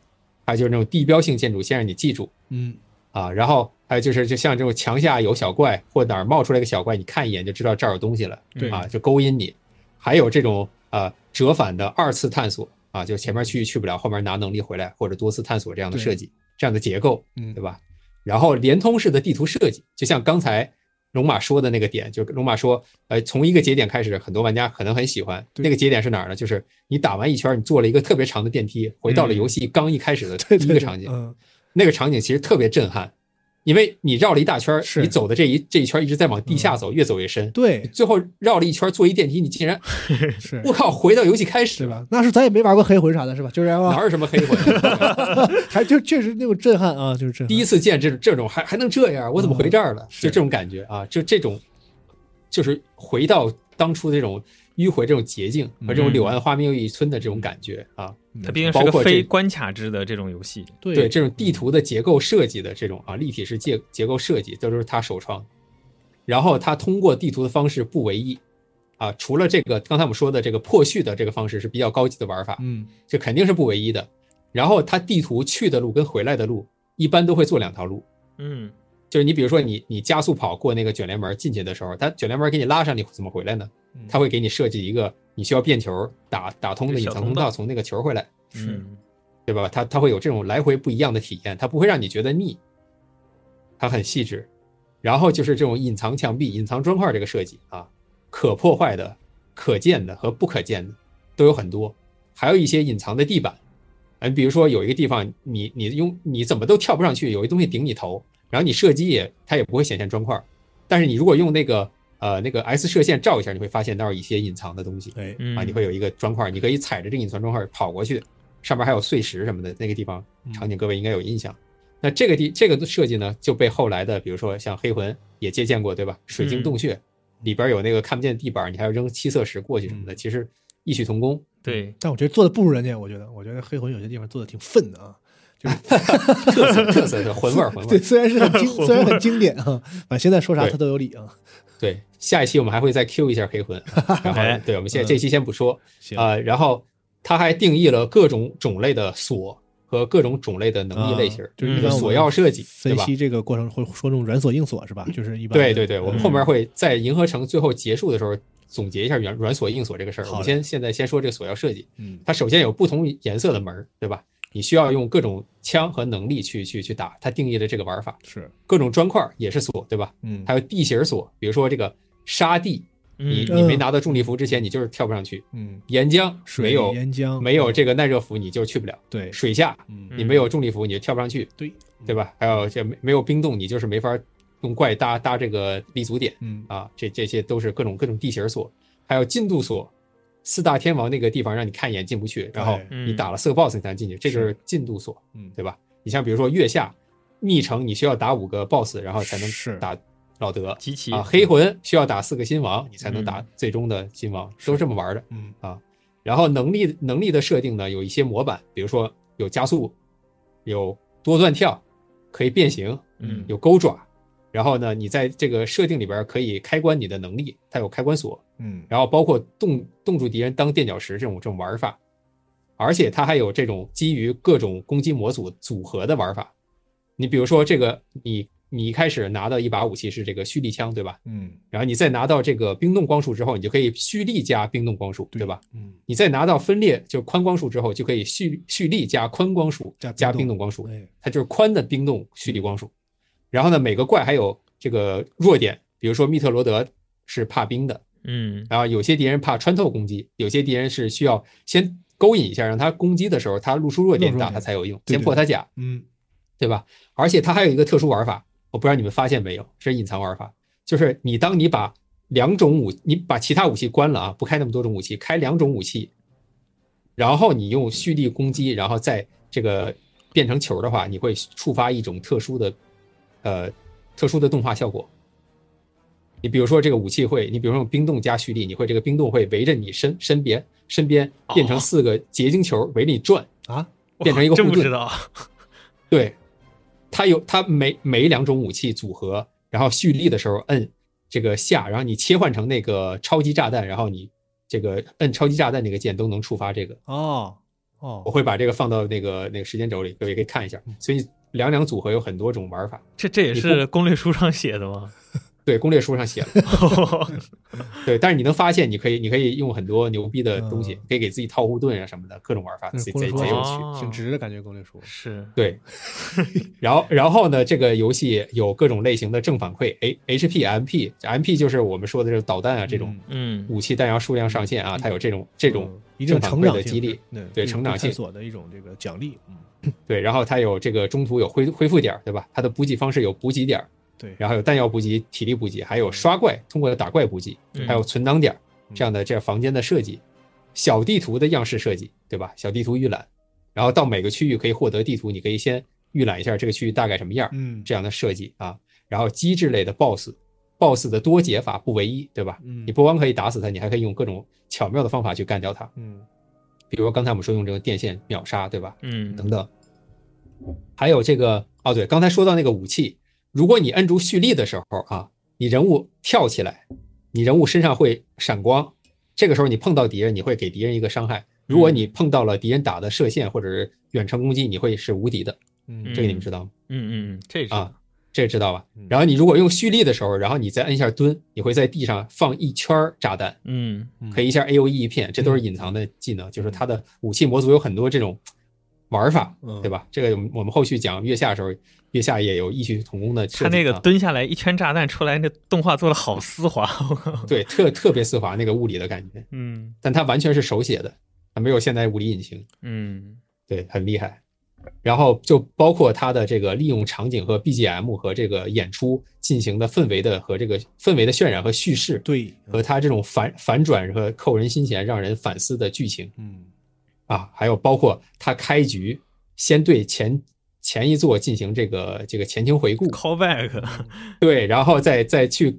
Speaker 3: 还有就是那种地标性建筑，先让你记住，
Speaker 1: 嗯
Speaker 3: 啊，然后还有就是，就像这种墙下有小怪，或哪儿冒出来个小怪，你看一眼就知道这儿有东西了，
Speaker 1: 对
Speaker 3: 啊，就勾引你。还有这种呃折返的二次探索啊，就前面去去不了，后面拿能力回来，或者多次探索这样的
Speaker 1: 对
Speaker 3: 设计，这样的结构，
Speaker 1: 嗯
Speaker 3: 对吧？然后联通式的地图设计，就像刚才龙马说的那个点，就是龙马说，呃，从一个节点开始，很多玩家可能很喜欢
Speaker 1: 对
Speaker 3: 那个节点是哪儿呢？就是你打完一圈，你坐了一个特别长的电梯，回到了
Speaker 2: 嗯
Speaker 3: 游戏刚一开始 的
Speaker 1: 对
Speaker 3: 第一
Speaker 1: 对对
Speaker 3: 个场景。
Speaker 1: 嗯
Speaker 3: 那个场景其实特别震撼，因为你绕了一大圈儿，
Speaker 1: 是嗯
Speaker 3: 你走的这一这一圈儿一直在往地下走，越走越深，
Speaker 1: 对
Speaker 3: 最后绕了一圈儿坐一电梯，你 竟然
Speaker 1: 是
Speaker 3: 我靠，回到游戏开始
Speaker 1: 对
Speaker 3: 了，
Speaker 1: 吧？那是咱也没玩过黑魂啥的是吧？就是
Speaker 3: 哪
Speaker 1: 啊，
Speaker 3: 有什么黑魂啊？
Speaker 1: 还就确实那种震撼啊，就是震撼。
Speaker 3: 第一次见这种这种还还能这样，我怎么回这儿了？
Speaker 1: 是
Speaker 3: 就这种感觉啊，就这种就是回到当初这种迂回这种捷径和这种
Speaker 2: 嗯
Speaker 3: 柳暗花明又一村的这种感觉啊，
Speaker 2: 它毕竟
Speaker 3: 包
Speaker 2: 是个
Speaker 3: 括这
Speaker 2: 非
Speaker 3: 个
Speaker 2: 关卡制的这种游戏，
Speaker 1: 嗯对
Speaker 3: 对这种地图的结构设计的这种啊立体式结结构设计，这都是他首创的。然后他通过地图的方式不唯一，啊，除了这个刚才我们说的这个破序的这个方式是比较高级的玩法，
Speaker 1: 嗯
Speaker 3: 这肯定是不唯一的。然后他地图去的路跟回来的路一般都会做两条路，
Speaker 2: 嗯，
Speaker 3: 就是你比如说你你加速跑过那个卷帘门进去的时候，他卷帘门给你拉上，你怎么回来呢？他会给你设计一个你需要变球打打通的隐
Speaker 2: 小
Speaker 3: 藏
Speaker 2: 通
Speaker 3: 通
Speaker 2: 道
Speaker 3: 道，从那个球回来。
Speaker 1: 是
Speaker 2: 嗯
Speaker 3: 对吧？它它会有这种来回不一样的体验，它不会让你觉得腻，它很细致。然后就是这种隐藏墙壁、隐藏砖块这个设计啊，可破坏的、可见的和不可见的都有很多，还有一些隐藏的地板。嗯，比如说有一个地方，你你用你怎么都跳不上去，有一东西顶你头，然后你射击也它也不会显现砖块，但是你如果用那个呃那个 S 射线照一下，你会发现那儿有一些隐藏的东西。
Speaker 1: 哎
Speaker 2: 嗯
Speaker 3: 啊，你会有一个砖块，你可以踩着这个隐藏砖块跑过去，上面还有碎石什么的，那个地方
Speaker 1: 嗯
Speaker 3: 场景各位应该有印象。那这个地这个设计呢，就被后来的比如说像黑魂也借鉴过，对吧？水
Speaker 1: 嗯
Speaker 3: 晶洞穴里边有那个看不见的地板，你还要扔七色石过去什
Speaker 1: 嗯
Speaker 3: 么的，其实异曲同工。
Speaker 2: 对，
Speaker 1: 但我觉得做的不如人家，我觉得，我觉得黑魂有些地方做的挺愤的啊，
Speaker 3: 特色特色的魂 味儿魂味
Speaker 1: 对，
Speaker 3: 儿。
Speaker 1: 虽然是很 经，虽然很经典啊，反正现在说啥
Speaker 3: 对
Speaker 1: 他都有理啊。
Speaker 3: 对，下一期我们还会再 Q 一下黑魂，啊然
Speaker 2: 哎
Speaker 3: 后对，我们现在这期先不说
Speaker 1: 嗯行
Speaker 3: 啊、然后他还定义了各种种类的锁和各种种类的能力类型
Speaker 1: 啊，就是一
Speaker 2: 嗯
Speaker 1: 般我
Speaker 3: 锁
Speaker 1: 们
Speaker 3: 钥设计，对
Speaker 1: 分
Speaker 3: 吧？
Speaker 1: 析这个过程会说那种软锁硬锁是吧？就是一般
Speaker 3: 对对对，我们
Speaker 2: 嗯
Speaker 3: 后面会在银河城最后结束的时候总结一下软软锁硬锁这个事儿。我
Speaker 1: 好
Speaker 3: 们
Speaker 1: 嘞
Speaker 3: 先现在先说这个锁钥设计，
Speaker 1: 嗯
Speaker 3: 它首先有不同颜色的门儿，对吧？你需要用各种枪和能力去去去打，它定义了这个玩法。
Speaker 1: 是
Speaker 3: 各种砖块儿也是锁，对吧？
Speaker 4: 嗯
Speaker 3: 还有地形锁，比如说这个沙地，你
Speaker 2: 嗯
Speaker 1: 嗯
Speaker 3: 你没拿到重力服之前，你就是跳不上去；
Speaker 4: 嗯
Speaker 3: 岩浆
Speaker 1: 水
Speaker 3: 没有
Speaker 1: 岩浆
Speaker 3: 没有这个耐热服，你就去不了；
Speaker 1: 对
Speaker 3: 水下
Speaker 1: 嗯
Speaker 3: 你没有重力服，你就跳不上去，
Speaker 1: 对
Speaker 3: 对吧？还有这没没有冰冻，你就是没法用怪搭搭这个立足点。
Speaker 1: 嗯
Speaker 3: 啊，这这些都是各种各种地形锁，还有进度锁，四大天王那个地方让你看一眼进不去，然后
Speaker 1: 对
Speaker 2: 嗯
Speaker 3: 你打了四个 boss 你才能进去，这就是进度锁，
Speaker 1: 嗯
Speaker 3: 对吧？你像比如说月下密城，你需要打五个 boss，然后才
Speaker 1: 是
Speaker 3: 能打老德
Speaker 2: 集齐
Speaker 3: 啊。黑魂需要打四个新王，你才能打
Speaker 2: 嗯
Speaker 3: 最终的新王，都是这么玩的。
Speaker 1: 嗯
Speaker 3: 然后能力能力的设定呢，有一些模板，比如说有加速，有多段跳，可以变形，
Speaker 2: 嗯
Speaker 3: 有钩爪。然后呢，你在这个设定里边可以开关你的能力，它有开关锁，
Speaker 4: 嗯
Speaker 3: 然后包括冻冻住敌人当垫脚石这种这种玩法，而且它还有这种基于各种攻击模组组合的玩法。你比如说这个，你你一开始拿到一把武器是这个蓄力枪，对吧？
Speaker 4: 嗯
Speaker 3: 然后你再拿到这个冰冻光束之后，你就可以蓄力加冰冻光束，对吧？
Speaker 1: 嗯
Speaker 3: 你再拿到分裂就是宽光束之后，就可以蓄蓄力加宽光束
Speaker 1: 加冰
Speaker 3: 加
Speaker 1: 冻
Speaker 3: 冰冻光束，
Speaker 1: 哎
Speaker 3: 它就是宽的冰冻蓄力光束。然后呢，每个怪还有这个弱点，比如说密特罗德是怕冰的，
Speaker 2: 嗯
Speaker 3: 然后有些敌人怕穿透攻击，有些敌人是需要先勾引一下，让他攻击的时候他露出弱
Speaker 1: 露
Speaker 3: 点
Speaker 1: 出弱
Speaker 3: 打
Speaker 1: 点
Speaker 3: 他才有用，
Speaker 1: 对
Speaker 3: 先破他甲，
Speaker 1: 嗯
Speaker 3: 对吧？而且它还有一个特殊玩法，我不知道你们发现没有，是隐藏玩法，就是你当你把两种武，你把其他武器关了啊，不开那么多种武器，开两种武器，然后你用蓄力攻击，然后再这个变成球的话，你会触发一种特殊的，呃，特殊的动画效果。你比如说这个武器会，你比如说用冰冻加蓄力，你会这个冰冻会围着你身身边身边变成四个结晶球围着你转，
Speaker 1: 啊
Speaker 3: 变成一个
Speaker 2: 真
Speaker 3: 护
Speaker 2: 不
Speaker 3: 盾
Speaker 2: 知道，
Speaker 3: 对，它有它每每两种武器组合，然后蓄力的时候摁这个下，然后你切换成那个超级炸弹，然后你这个摁超级炸弹那个键都能触发这个。
Speaker 1: 哦
Speaker 3: 我
Speaker 1: 哦
Speaker 3: 会把这个放到那个那个时间轴里，各位可以看一下。所以两两组合有很多种玩法，
Speaker 2: 这这也是攻略书上写的 吗？
Speaker 3: 对攻略书上写了。对，但是你能发现，你可以你可以用很多牛逼的东西
Speaker 1: 嗯，
Speaker 3: 可以给自己套护盾啊什么的，各种玩法，
Speaker 1: 那
Speaker 3: 贼
Speaker 1: 攻
Speaker 3: 贼
Speaker 1: 略书啊
Speaker 3: 贼有趣。啊
Speaker 2: 哦
Speaker 1: 挺直的感觉攻略书
Speaker 2: 是，
Speaker 3: 对， 然后然后呢，这个游戏有各种类型的正反馈，A H P M P M P 就是我们说的这种导弹啊，这种
Speaker 2: 嗯
Speaker 3: 武器弹药数量上限啊，它有这种这种
Speaker 1: 嗯一定
Speaker 3: 正反
Speaker 1: 成
Speaker 3: 馈
Speaker 1: 长
Speaker 3: 的
Speaker 1: 性
Speaker 3: 激励，
Speaker 1: 对
Speaker 3: 对成长
Speaker 1: 探
Speaker 3: 性
Speaker 1: 索的一种这个奖励嗯
Speaker 3: 对，然后它有这个中途有恢恢复点儿，对吧？它的补给方式有补给点儿，
Speaker 1: 对
Speaker 3: 然后有弹药补给、体力补给，
Speaker 1: 嗯
Speaker 3: 还有刷怪通过打怪补给，
Speaker 2: 嗯
Speaker 3: 还有存档点儿这样的这样房间的设计，小地图的样式设计，对吧？小地图预览，然后到每个区域可以获得地图，你可以先预览一下这个区域大概什么样，
Speaker 1: 嗯
Speaker 3: 这样的设计啊。然后机制类的 BOSS，BOSS 的多解法不唯一，对吧？
Speaker 1: 嗯
Speaker 3: 你不光可以打死它，你还可以用各种巧妙的方法去干掉它，
Speaker 4: 嗯
Speaker 3: 比如说刚才我们说用这个电线秒杀，对吧？
Speaker 2: 嗯
Speaker 3: 等等。还有这个哦，对，刚才说到那个武器，如果你摁住蓄力的时候啊，你人物跳起来，你人物身上会闪光，这个时候你碰到敌人，你会给敌人一个伤害。如果你碰到了敌人打的射线或者是远程攻击，你会是无敌的，
Speaker 4: 嗯
Speaker 3: 这个你们知道吗？
Speaker 2: 嗯嗯，这是
Speaker 3: 啊这个知道吧
Speaker 4: 嗯？
Speaker 3: 然后你如果用蓄力的时候，然后你再摁一下蹲，你会在地上放一圈儿炸弹，
Speaker 2: 嗯
Speaker 3: 可以一下 A O E 一片，这都是隐藏的技能，就是它的武器模组有很多这种玩法，
Speaker 4: 嗯
Speaker 3: 对吧？这个我们我们后续讲月下的时候，月下也有异曲同工的设计
Speaker 2: 他
Speaker 3: 啊。
Speaker 2: 那个蹲下来一圈炸弹出来，那动画做的好丝滑，我靠，
Speaker 3: 对特特别丝滑那个物理的感觉，
Speaker 2: 嗯
Speaker 3: 但它完全是手写的，它没有现代物理引擎，
Speaker 2: 嗯
Speaker 3: 对，很厉害。然后就包括它的这个利用场景和 BGM 和这个演出进行的氛围的和这个氛围的渲染和叙事，
Speaker 1: 对
Speaker 3: 和它这种反反转和扣人心弦、让人反思的剧情，
Speaker 1: 嗯
Speaker 3: 啊，还有包括他开局先对前前一座进行这个这个前情回顾，
Speaker 2: ，callback，
Speaker 3: 对，然后再再去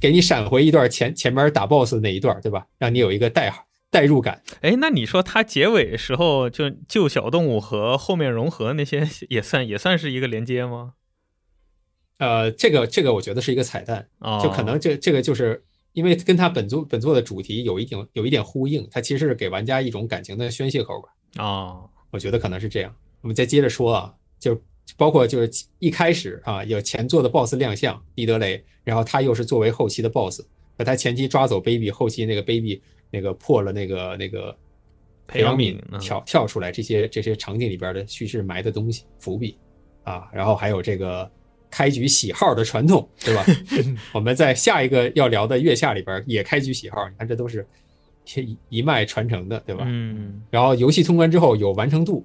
Speaker 3: 给你闪回一段前前面打 boss 那一段，对吧？让你有一个代代入感。
Speaker 2: 哎，那你说它结尾时候就救小动物和后面融合那些也算也算是一个连接吗？
Speaker 3: 呃，这个这个我觉得是一个彩蛋，
Speaker 2: 啊、
Speaker 3: 就可能这这个就是因为跟它本作本作的主题有一点有一点呼应，它其实是给玩家一种感情的宣泄口吧。
Speaker 2: 啊、
Speaker 3: 我觉得可能是这样。我们再接着说啊，就包括就是一开始啊，有前作的 BOSS 亮相利德雷，然后他又是作为后期的 BOSS，可他前期抓走 Baby，后期那个 Baby 那个破了那个那个
Speaker 2: 裴阳
Speaker 3: 敏
Speaker 2: 敏嗯
Speaker 3: 跳跳出来，这些这些场景里边的叙事埋的东西伏笔啊，然后还有这个。开局喜号的传统，对吧？我们在下一个要聊的月下里边也开局喜号，你看这都是一一脉传承的，对吧？
Speaker 2: 嗯
Speaker 3: 然后游戏通关之后有完成度，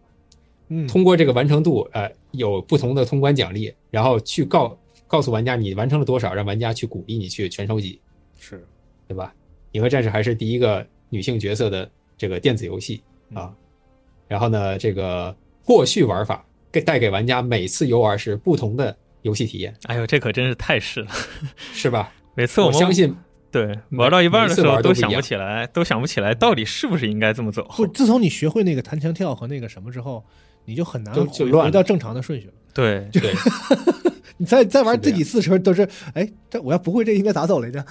Speaker 1: 嗯，
Speaker 3: 通过这个完成度，呃，有不同的通关奖励，然后去告告诉玩家你完成了多少，让玩家去鼓励你去全收集，
Speaker 1: 是
Speaker 3: 对吧？《银河战士》还是第一个女性角色的这个电子游戏
Speaker 2: 嗯
Speaker 3: 啊。然后呢，这个过序玩法给带给玩家每次游玩时不同的游戏体验，
Speaker 2: 哎呦，这可真是太是了。
Speaker 3: 是吧？
Speaker 2: 每次我
Speaker 3: 我
Speaker 2: 们
Speaker 3: 相信
Speaker 2: 对
Speaker 3: 每
Speaker 2: 玩到一半的时
Speaker 3: 每次
Speaker 2: 候
Speaker 3: 玩都不一
Speaker 2: 想
Speaker 3: 样
Speaker 2: 不起来，都想不起来到底是不是应该这么走。
Speaker 1: 不，自从你学会那个弹墙跳和那个什么之后，你就很难
Speaker 3: 就就
Speaker 1: 回
Speaker 3: 乱
Speaker 1: 回
Speaker 3: 了
Speaker 1: 到正常的顺序了。
Speaker 2: 对，
Speaker 3: 对，
Speaker 1: 你再再玩
Speaker 3: 是
Speaker 1: 这
Speaker 3: 这样
Speaker 1: 几次的时候，都是哎，这我要不会这应该咋走来着？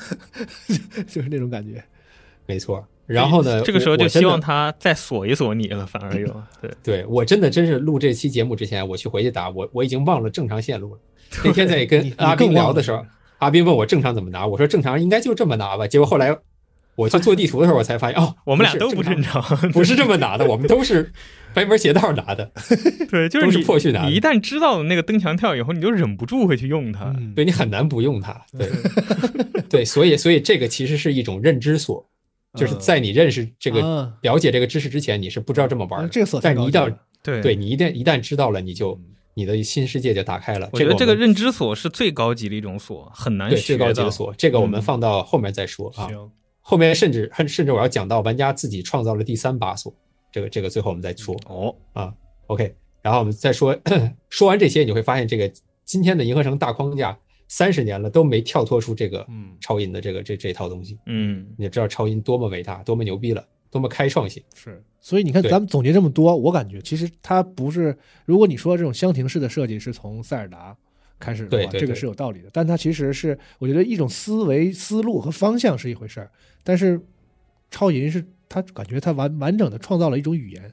Speaker 1: 就是那种感觉。
Speaker 3: 没 错。然后呢，
Speaker 2: 这个时候
Speaker 3: 我
Speaker 2: 就
Speaker 3: 我真
Speaker 2: 希
Speaker 3: 的
Speaker 2: 望他再锁一锁你了，反而 有对。
Speaker 3: 对我真的真是录这期节目之前，我去回去打，我我已经忘了正常线路了。那天在
Speaker 1: 你
Speaker 3: 跟
Speaker 1: 你
Speaker 3: 阿
Speaker 1: 更
Speaker 3: 斌
Speaker 1: 忘
Speaker 3: 聊
Speaker 1: 了
Speaker 3: 的时候，阿斌问我正常怎么拿，我说正常应该就这么拿吧。结果后来我去做地图的时候，我才 发现哦，
Speaker 2: 我们俩
Speaker 3: 是
Speaker 2: 都不
Speaker 3: 正
Speaker 2: 正
Speaker 3: 常，
Speaker 2: 常，
Speaker 3: 不是这么拿的，我们都是歪门邪道拿的。
Speaker 2: 对，就
Speaker 3: 都是
Speaker 2: 你
Speaker 3: 破序拿的啊
Speaker 2: 你一旦知道那个蹬墙跳以后，你就忍不住会去用它。
Speaker 1: 嗯，
Speaker 3: 啊对你很难不用它。 对对，所以所以这个其实是一种认知锁，就是
Speaker 1: 嗯
Speaker 3: 在你认识这个
Speaker 1: 啊
Speaker 3: 了解这个知识之前，你是不知道这么玩
Speaker 1: 那
Speaker 3: 的。
Speaker 1: 嗯这个锁太
Speaker 3: 但是你
Speaker 1: 高
Speaker 3: 一
Speaker 1: 级了，嗯
Speaker 3: 旦
Speaker 2: 对
Speaker 3: 对你一旦一旦知道了，你就你的新世界就打开了。
Speaker 2: 我觉得
Speaker 3: 我
Speaker 2: 这个
Speaker 3: 们
Speaker 2: 认知锁是最高级的一种锁，很难
Speaker 3: 对
Speaker 2: 学
Speaker 3: 最高级
Speaker 2: 到
Speaker 3: 的。锁，这个我
Speaker 2: 嗯
Speaker 3: 们放到后面再说啊。
Speaker 1: 行，
Speaker 3: 后面甚至甚甚至我要讲到玩家自己创造了第三把锁，这个这个最后我
Speaker 1: 嗯
Speaker 3: 们再说。
Speaker 2: 哦，
Speaker 3: OK，然后我们再说 说完这些，你会发现这个今天的银河城大框架三十年了都没跳脱出这个
Speaker 4: 嗯
Speaker 3: 超音的这个这这套东西。
Speaker 2: 嗯，
Speaker 3: 你就知道超音多么伟大，多么牛逼了，多么开创性。
Speaker 1: 是。所以你看，
Speaker 3: 对
Speaker 1: 咱们总结这么多，我感觉其实它不是，如果你说这种箱庭式的设计是从塞尔达开始的
Speaker 3: 对
Speaker 1: 话，
Speaker 3: 对
Speaker 1: 这个
Speaker 3: 对
Speaker 1: 是有道理的。但它其实是，我觉得一种思维、思路和方向是一回事儿，但是超银是它感觉它完完整的创造了一种语言，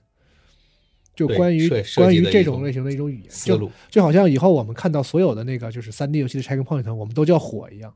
Speaker 1: 就
Speaker 3: 对
Speaker 1: 关于
Speaker 3: 设设计
Speaker 1: 关于
Speaker 3: 的
Speaker 1: 这
Speaker 3: 一
Speaker 1: 种
Speaker 3: 种
Speaker 1: 类型的一种语言
Speaker 3: 思
Speaker 1: 就
Speaker 3: 路
Speaker 1: 就好像以后我们看到所有的那个就是三 D 游戏的 checkpoint，我们都叫火一样，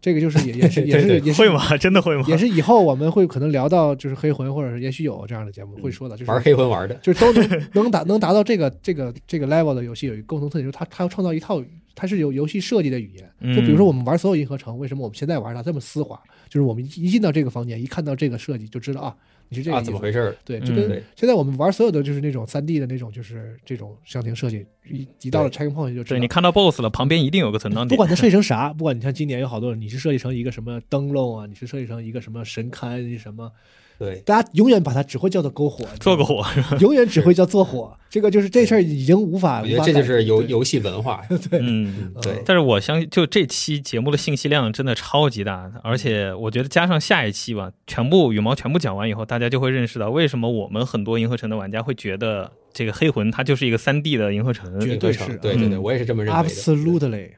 Speaker 1: 这个就是也也 是也
Speaker 3: 对
Speaker 1: 是
Speaker 3: 对
Speaker 1: 也是
Speaker 2: 会吗？ 真的会吗？
Speaker 1: 也是以后我们会可能聊到就是黑魂，或者是也许有这样的节目会说的，就是
Speaker 3: 玩黑魂玩的，
Speaker 1: 就是都能能达能达到这个这个这个 level 的游戏有一个共同特点，就是它它要创造一套它是有游戏设计的语言。
Speaker 2: 嗯
Speaker 1: 就比如说我们玩所有银河城，为什么我们现在玩它这么丝滑？就是我们一一进到这个房间，一看到这个设计就知道啊，你是这个
Speaker 3: 啊，
Speaker 1: 意思
Speaker 3: 怎么回事儿？
Speaker 1: 对，
Speaker 2: 嗯
Speaker 1: 就跟
Speaker 3: 对
Speaker 1: 现在我们玩所有的就是那种三 D 的那种，就是这种箱庭设计，一一到了 checkpoint 就知
Speaker 2: 对
Speaker 1: 道
Speaker 2: 你。看到 BOSS 了，旁边一定有个存档
Speaker 1: 不
Speaker 2: 点。
Speaker 1: 管它设计成啥，不管你像今年有好多人，你是设计成一个什么灯笼啊，你是设计成一个什么神龛，啊你什么，
Speaker 3: 对，
Speaker 1: 大家永远把它只会叫做篝火，你知道
Speaker 2: 做
Speaker 1: 吗
Speaker 2: 个火，
Speaker 1: 永远只会叫做火。这个就是这事儿已经无法，
Speaker 3: 我
Speaker 1: 啊无
Speaker 3: 觉
Speaker 1: 法
Speaker 3: 得这就
Speaker 1: 改
Speaker 3: 是游
Speaker 1: 对
Speaker 3: 游戏 文化。
Speaker 2: 嗯，
Speaker 3: 对，
Speaker 2: 但是我相信，就这期节目的信息量真的超级大，而且我觉得加上下一期吧，全部羽毛全部讲完以后，大家就会认识到为什么我们很多银河城的玩家会觉得这个黑魂它就是一个三 D 的银河城。
Speaker 1: 绝
Speaker 3: 对
Speaker 1: 对
Speaker 3: 对
Speaker 1: 是啊
Speaker 3: 对对对，
Speaker 2: 嗯
Speaker 3: 我也是这么认为的。
Speaker 1: absolutely，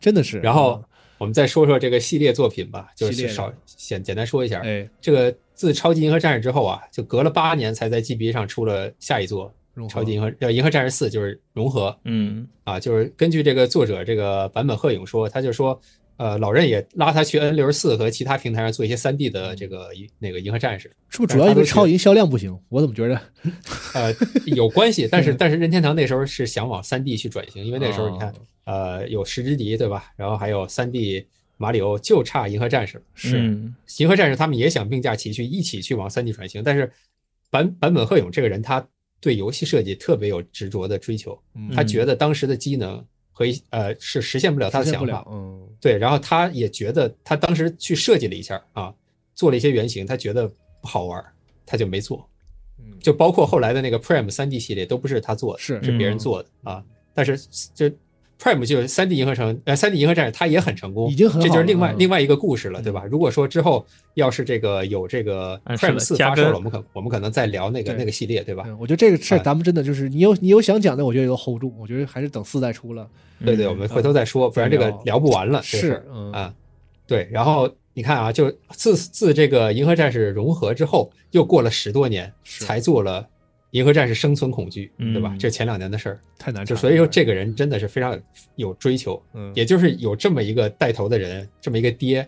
Speaker 1: 真的是。
Speaker 3: 然后我们再说说这个系列作品吧，就
Speaker 1: 嗯系列
Speaker 3: 是
Speaker 1: 的
Speaker 3: 少简简单说一下。
Speaker 1: 哎，
Speaker 3: 这个自《超级银河战士》之后啊，就隔了八年才在 GB 上出了下一座
Speaker 1: 融
Speaker 3: 《
Speaker 1: 合
Speaker 3: 超级银河》呃《银河战士四》，就是融合
Speaker 2: 嗯
Speaker 3: 啊，就是根据这个作者这个坂本鹤影说，他就说，呃，老任也拉他去 N 六十四和其他平台上做一些三 D 的这个银那个银河战士，
Speaker 1: 是不是主要因
Speaker 3: 大家
Speaker 1: 为
Speaker 3: 都觉得
Speaker 1: 超银销量不行？我怎么觉得
Speaker 3: 呃，有关系， 但是但是任天堂那时候是想往三 D 去转型，因为那时候你
Speaker 1: 哦
Speaker 3: 看，呃，有石之笛对吧？然后还有三 D 马里奥，就差银河战士了。
Speaker 2: 嗯
Speaker 3: 银河战士他们也想并驾齐驱，一起去往三 D 转型。但是坂坂本鹤勇这个人，他对游戏设计特别有执着的追求，
Speaker 1: 嗯
Speaker 3: 他觉得当时的机能和一呃是实现不了他的
Speaker 1: 实现
Speaker 3: 想
Speaker 1: 不
Speaker 3: 法
Speaker 1: 了？。嗯，
Speaker 3: 对，然后他也觉得他当时去设计了一下啊，做了一些原型，他觉得不好玩儿，他就没做。
Speaker 4: 嗯
Speaker 3: 就包括后来的那个 Prime 三 D 系列都不是他做的，
Speaker 1: 是
Speaker 3: 是别人做的啊。但是这 Prime 就是三 D 银河城，呃，三 D 银河战士它也很成功，
Speaker 1: 已经很好
Speaker 3: 这就是另外
Speaker 1: 了嗯
Speaker 3: 另外一个故事了，对吧？如果说之后要是这个有这个
Speaker 2: 嗯是的
Speaker 3: Prime 四
Speaker 2: 加
Speaker 3: 发售
Speaker 2: 更
Speaker 3: 了，我们可我们可能再聊那个
Speaker 1: 对
Speaker 3: 那个系列，对吧？
Speaker 1: 嗯，我觉得这个事儿
Speaker 3: 哎
Speaker 1: 咱们真的就是你有你有想讲的，我觉得都 hold 住，我觉得还是等四代出了
Speaker 3: 对对，
Speaker 2: 嗯
Speaker 3: 我们回头再说，不然这个聊不完了。这个事
Speaker 1: 是
Speaker 3: 儿
Speaker 1: 嗯
Speaker 3: 啊，对。然后你看啊，就自自这个银河战士融合之后，又过了十多年，
Speaker 1: 是
Speaker 3: 才做了银河战士生存恐惧，对吧
Speaker 2: 嗯？
Speaker 3: 这前两年的事儿。
Speaker 1: 太难
Speaker 3: 就
Speaker 1: 产了。
Speaker 3: 所以说，这个人真的是非常有追求，
Speaker 4: 嗯
Speaker 3: 也就是有这么一个带头的人，这么一个爹，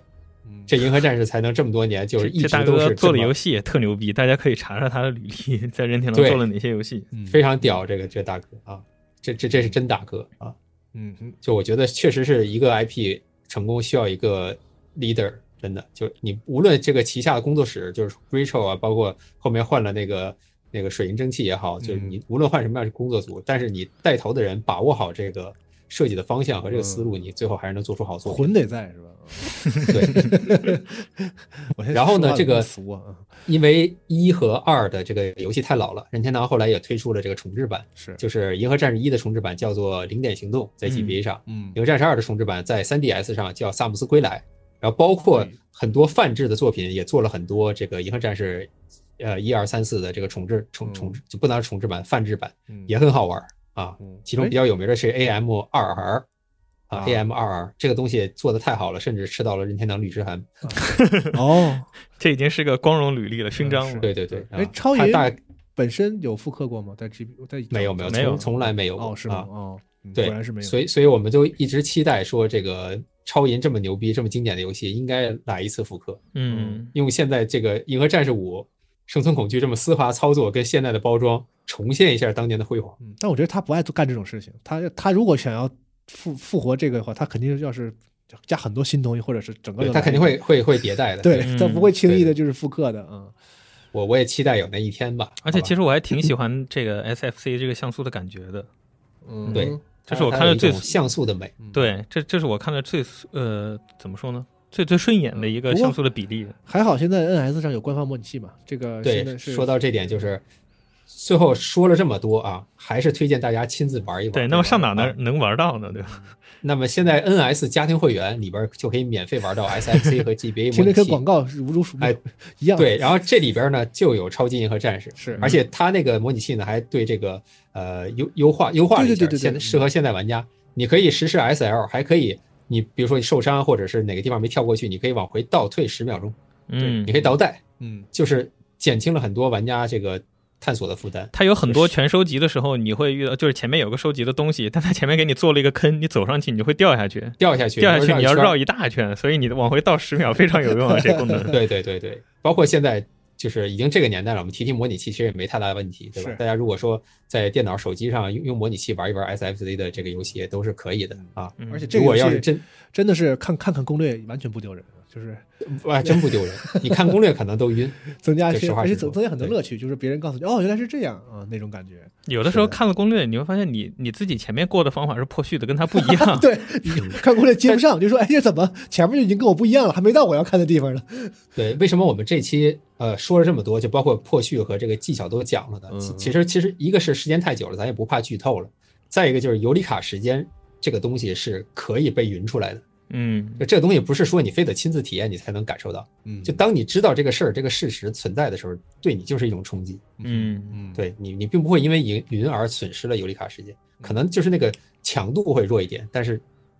Speaker 4: 嗯
Speaker 3: 这银河战士才能这么多年就是一
Speaker 2: 这大
Speaker 3: 直都
Speaker 2: 哥
Speaker 3: 是
Speaker 2: 做的
Speaker 3: 这么
Speaker 2: 游戏也特牛逼，大家可以查查他的履历，在任天堂
Speaker 3: 对
Speaker 2: 做了哪些游戏。
Speaker 1: 嗯
Speaker 3: 非常屌。这个这大哥啊，这这这是真大哥啊！
Speaker 4: 嗯嗯
Speaker 3: 就我觉得确实是一个 IP 成功需要一个 leader，真的，就你无论这个旗下的工作室，就是 Rachel 啊，包括后面换了那个那个水银蒸汽也好，就是
Speaker 2: 嗯
Speaker 3: 你无论换什么样的工作组，但是你带头的人把握好这个设计的方向和这个
Speaker 2: 嗯
Speaker 3: 思路，你最后还是能做出好作品。
Speaker 1: 魂得在是吧？嗯
Speaker 3: 对，
Speaker 1: 我现在
Speaker 3: 然后呢
Speaker 1: 说话
Speaker 3: 这个
Speaker 1: 都俗啊，嗯
Speaker 3: 因为一和二的这个游戏太老了，任天堂后来也推出了这个重置版，
Speaker 1: 是
Speaker 3: 就是《银河战士一》的重置版叫做《零点行动》在 GBA 上，
Speaker 1: 嗯
Speaker 3: 《牛战士二》的重置版在 3DS 上叫《萨姆斯归来》，然后包括很多泛制的作品也做了很多这个《银河战士》呃一二三四的这个重置重重置就不能说重置版泛制版
Speaker 4: 嗯
Speaker 3: 也很好玩儿啊。
Speaker 4: 嗯
Speaker 3: 其中比较有名的是 AM 二 R 啊
Speaker 4: 啊
Speaker 3: ，AM 二 R 这个东西做的太好了，甚至吃到了任天堂律师函。
Speaker 1: 哦，
Speaker 2: 这已经是个光荣履
Speaker 4: 嗯
Speaker 2: 历了，勋章
Speaker 1: 是
Speaker 2: 了。
Speaker 3: 对对对，
Speaker 1: 哎
Speaker 3: 啊
Speaker 1: 超
Speaker 3: 它
Speaker 1: 爷
Speaker 3: 大
Speaker 1: 本身有复刻过吗？在 G 在
Speaker 3: 没有没有
Speaker 2: 没有
Speaker 3: 从从来没有
Speaker 1: 哦
Speaker 3: 过
Speaker 1: 是吗
Speaker 3: 啊？，
Speaker 1: 哦，嗯
Speaker 3: 对
Speaker 1: 果然是没有。
Speaker 3: 所以所以我们就一直期待说这个超银这么牛逼、这么经典的游戏应该来一次复刻。
Speaker 2: 嗯，
Speaker 3: 用现在这个《银河战士五》《生存恐惧》这么丝滑操作跟现代的包装，重现一下当年的辉煌。
Speaker 1: 嗯，但我觉得他不爱做干这种事情。他他如果想要复复活这个的话，他肯定要是加很多新东西，或者是整个
Speaker 3: 对，
Speaker 1: 的
Speaker 3: 它肯定会会会迭代的。
Speaker 1: 对，他
Speaker 2: 嗯
Speaker 1: 不会轻易
Speaker 3: 对
Speaker 1: 的就是复刻的啊。
Speaker 3: 我我也期待有那一天吧。
Speaker 2: 而且其
Speaker 3: 实
Speaker 2: 实我还 挺喜欢这个 SFC 这个像素的感觉的。
Speaker 4: 嗯
Speaker 3: 对
Speaker 4: 嗯
Speaker 2: 这是我看的最
Speaker 3: 像素的美。
Speaker 1: 嗯
Speaker 2: 对，这这是我看的最呃怎么说呢，最最顺眼的一个
Speaker 1: 不过
Speaker 2: 像素的比例。
Speaker 1: 还好现在 NS 上有官方模拟器嘛，这个现在
Speaker 3: 对，
Speaker 1: 是
Speaker 3: 说到这点就是，最后说了这么多啊，还是推荐大家亲自玩一玩。
Speaker 2: 对，
Speaker 3: 吧
Speaker 2: 那么上哪
Speaker 3: 啊
Speaker 2: 能能玩到呢？对吧？
Speaker 3: 那么现在 NS 家庭会员里边就可以免费玩到 SFC 和 GBA
Speaker 1: 听着
Speaker 3: 模拟
Speaker 1: 跟
Speaker 3: 器。
Speaker 1: 广告是如如数
Speaker 3: 哎
Speaker 1: 一样。嗯
Speaker 3: 对，然后这里边呢就有超级银河战士，
Speaker 1: 是
Speaker 3: 而且它那个模拟器呢还对这个呃优优化优化了一
Speaker 1: 对
Speaker 3: 下
Speaker 1: 对对对对，
Speaker 3: 现
Speaker 1: 嗯
Speaker 3: 适合现代玩家，你可以实施 SL，还可以你比如说你受伤或者是哪个地方没跳过去，你可以往回倒退十秒钟，
Speaker 2: 嗯
Speaker 3: 你，可以倒带，
Speaker 4: 嗯
Speaker 3: 就是减轻了很多玩家这个探索的负担。
Speaker 2: 它有很多全收集的时候，你会遇到，就是前面有个收集的东西，但它前面给你做了一个坑，你走上去你就会掉下去，
Speaker 3: 掉下去，
Speaker 2: 掉下去你要
Speaker 3: 一圈
Speaker 2: 绕一大圈，所以你往回倒十秒非常有用啊，这功
Speaker 1: 嗯
Speaker 2: 能。
Speaker 3: 对对对对，包括现在就是已经这个年代了，我们提提模拟器其实也没太大的问题，对吧
Speaker 1: 是？
Speaker 3: 大家如果说在电脑、手机上用用模拟器玩一玩 SFC 的这个游戏，也都是可以的啊。
Speaker 2: 嗯
Speaker 1: 而且这
Speaker 3: 如
Speaker 1: 个
Speaker 3: 果
Speaker 1: 游
Speaker 3: 要是
Speaker 1: 戏
Speaker 3: 真
Speaker 1: 真的是看看看攻略完全不丢人，就是
Speaker 3: 哎，真不丢人，你看攻略可能 都晕。
Speaker 1: 增加一
Speaker 3: 这
Speaker 1: 些，
Speaker 3: 实话
Speaker 1: 而且
Speaker 3: 实
Speaker 1: 增
Speaker 3: 说
Speaker 1: 增加很多
Speaker 3: 对
Speaker 1: 乐趣，就是别人告诉你哦原来是这样啊那种感 觉。
Speaker 2: 有的时候看了攻略，你会发现你你自己前面过的方法是破序的，跟它不一 样。
Speaker 1: 对，你就 看攻略接不上，就说哎这怎么前面就已经跟我不一样了，还没到我要看的地 方呢？
Speaker 3: 对，为什么我们这期呃说了这么多，就包括破序和这个技巧都讲了的？其
Speaker 4: 嗯
Speaker 3: 其实其实一个是时间太久了，咱也不怕剧透了；再一个就是尤里卡时间这个东西是可以被匀出来的，
Speaker 2: 嗯，
Speaker 3: 就这个东西不是说你非得亲自体验你才能感受到。
Speaker 4: 嗯
Speaker 3: 就当你知道这个事儿、这个事实存在的时候，对你就是一种冲击。
Speaker 2: 嗯，
Speaker 4: 嗯
Speaker 3: 对你，你并不会因为云云而损失了尤里卡时间，可能就是那个强度会弱一点，但是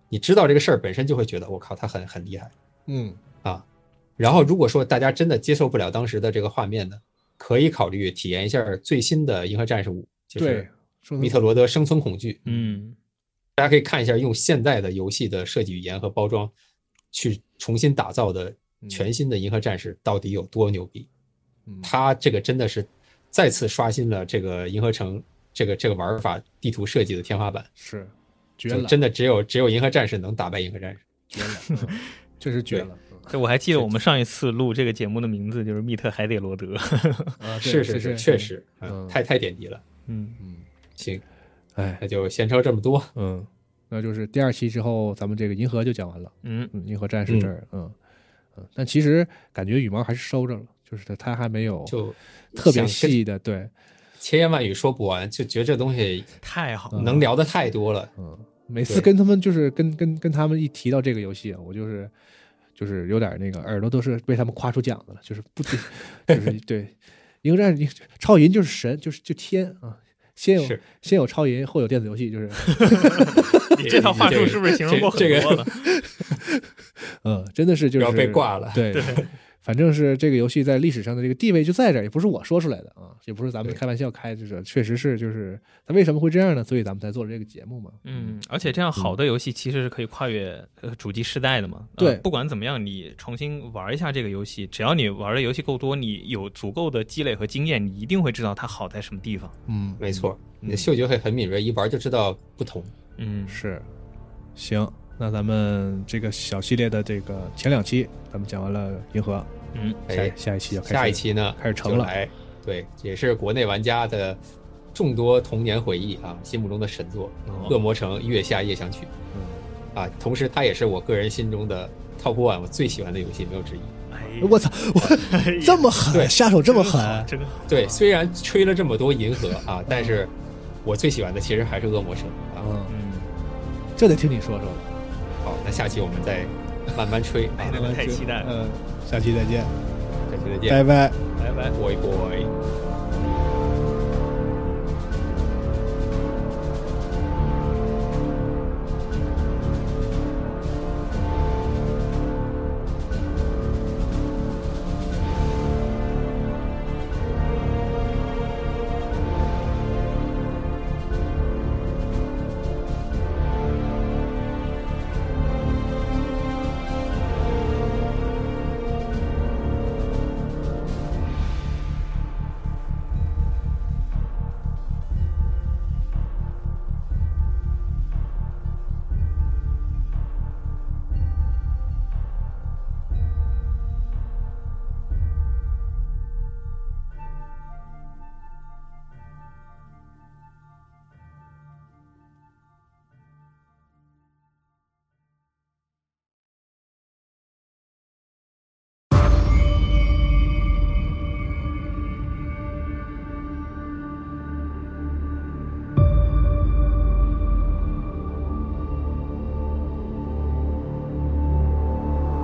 Speaker 3: 你知道这个事儿本身就会觉得我靠，他很很厉害
Speaker 4: 嗯
Speaker 3: 啊。然后如果说大家真的接受不了当时的这个画面呢，可以考虑体验一下最新的《银河战士五》，就是
Speaker 1: 对，说
Speaker 3: 密特罗德生存恐惧，
Speaker 2: 嗯，
Speaker 3: 大家可以看一下用现在的游戏的设计语言和包装去重新打造的全新的《银河战士》到底有多牛逼。
Speaker 4: 嗯
Speaker 3: 它这个真的是再次刷新了这个银河城这个这个玩法地图设计的天花板，
Speaker 1: 是绝
Speaker 3: 就
Speaker 1: 了，
Speaker 3: 真的只有只有银河战士能打败银河战士。
Speaker 1: 绝了，嗯确实绝了。嗯
Speaker 2: 对，我还记得我们上一次录这个节目的名字就是《密特海底罗德》。
Speaker 1: 啊，对
Speaker 3: 是
Speaker 1: 是
Speaker 3: 是
Speaker 1: 是，
Speaker 3: 确实，嗯
Speaker 4: 嗯
Speaker 3: 太太点滴了。
Speaker 2: 嗯，
Speaker 4: 嗯
Speaker 3: 行，
Speaker 4: 哎
Speaker 3: 那就闲扯这么多，
Speaker 4: 嗯
Speaker 1: 那就是第二期之后，咱们这个银河就讲完了，
Speaker 2: 嗯，
Speaker 1: 嗯，银河战士这儿，嗯嗯，但其实感觉羽毛还是收着了，就是它它还没有
Speaker 3: 就
Speaker 1: 特别
Speaker 3: 想跟
Speaker 1: 细的，对，
Speaker 3: 千言万语说不完，就觉得这东西嗯
Speaker 2: 太好了，
Speaker 3: 能聊的太多了。
Speaker 1: 嗯，每次
Speaker 3: 对
Speaker 1: 跟他们就是跟跟跟他们一提到这个游戏啊，我就是就是有点那个耳朵都是被他们夸出茧子了，就是不 就是对，迎战超银就是神，就是就天啊，先有
Speaker 3: 是
Speaker 1: 先有超银，后有电子游戏， 就是
Speaker 2: 你这套话术是不是形容过很多了？
Speaker 1: 嗯，真的是就是
Speaker 3: 然后被挂了
Speaker 1: 对， 反正是这个游戏在历史上的这个地位就在这儿，也不是我说出来的啊，也不是咱们
Speaker 3: 对
Speaker 1: 开玩笑开，就是确实是就是它为什么会这样呢？所以咱们才做了这个节目嘛。
Speaker 2: 嗯，而且这样好的游戏其实是可以跨越呃主机世代的嘛。呃
Speaker 1: 对
Speaker 2: 不管怎么样，你重新玩一下这个游戏，只要你玩的游戏够多，你有足够的积累和经验，你一定会知道它好在什么地方。
Speaker 1: 嗯，
Speaker 3: 没错，你的嗅觉会很敏锐，一玩就知道不同。
Speaker 2: 嗯，
Speaker 1: 是，行，那咱们这个小系列的这个前两期，咱们讲完了银河，
Speaker 2: 嗯，
Speaker 1: 下
Speaker 3: 哎，
Speaker 1: 下一期要开始，
Speaker 3: 下一期呢
Speaker 1: 开始成
Speaker 3: 就
Speaker 1: 了
Speaker 3: 来，对，也是国内玩家的众多童年回忆啊，心目中的神作
Speaker 2: 哦
Speaker 3: 《恶魔城月下夜想曲》
Speaker 1: 嗯
Speaker 3: 啊，同时它也是我个人心中的 Top One，我最喜欢的游戏，没有之一。
Speaker 2: 哎呀
Speaker 1: 我操，我
Speaker 2: 哎呀
Speaker 1: 这么狠，
Speaker 3: 对
Speaker 1: 下手这么狠，
Speaker 2: 真好，
Speaker 1: 啊
Speaker 3: 对，虽然吹了这么多银河啊，但是我最喜欢的其实还是《恶魔城》啊。
Speaker 1: 嗯，
Speaker 2: 嗯，
Speaker 1: 这得听你说说了，
Speaker 3: 好，那下期我们再慢慢吹啊
Speaker 2: 哎，那个太期待了，
Speaker 1: 嗯，下期再见，
Speaker 3: 下期再见，
Speaker 1: 拜拜。
Speaker 2: 嗯拜拜。
Speaker 3: 拜拜。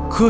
Speaker 5: 科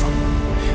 Speaker 5: 方。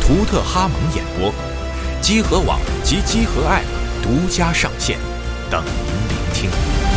Speaker 5: 图特哈蒙演播，集合网及集合 App 独家上线，等您聆听。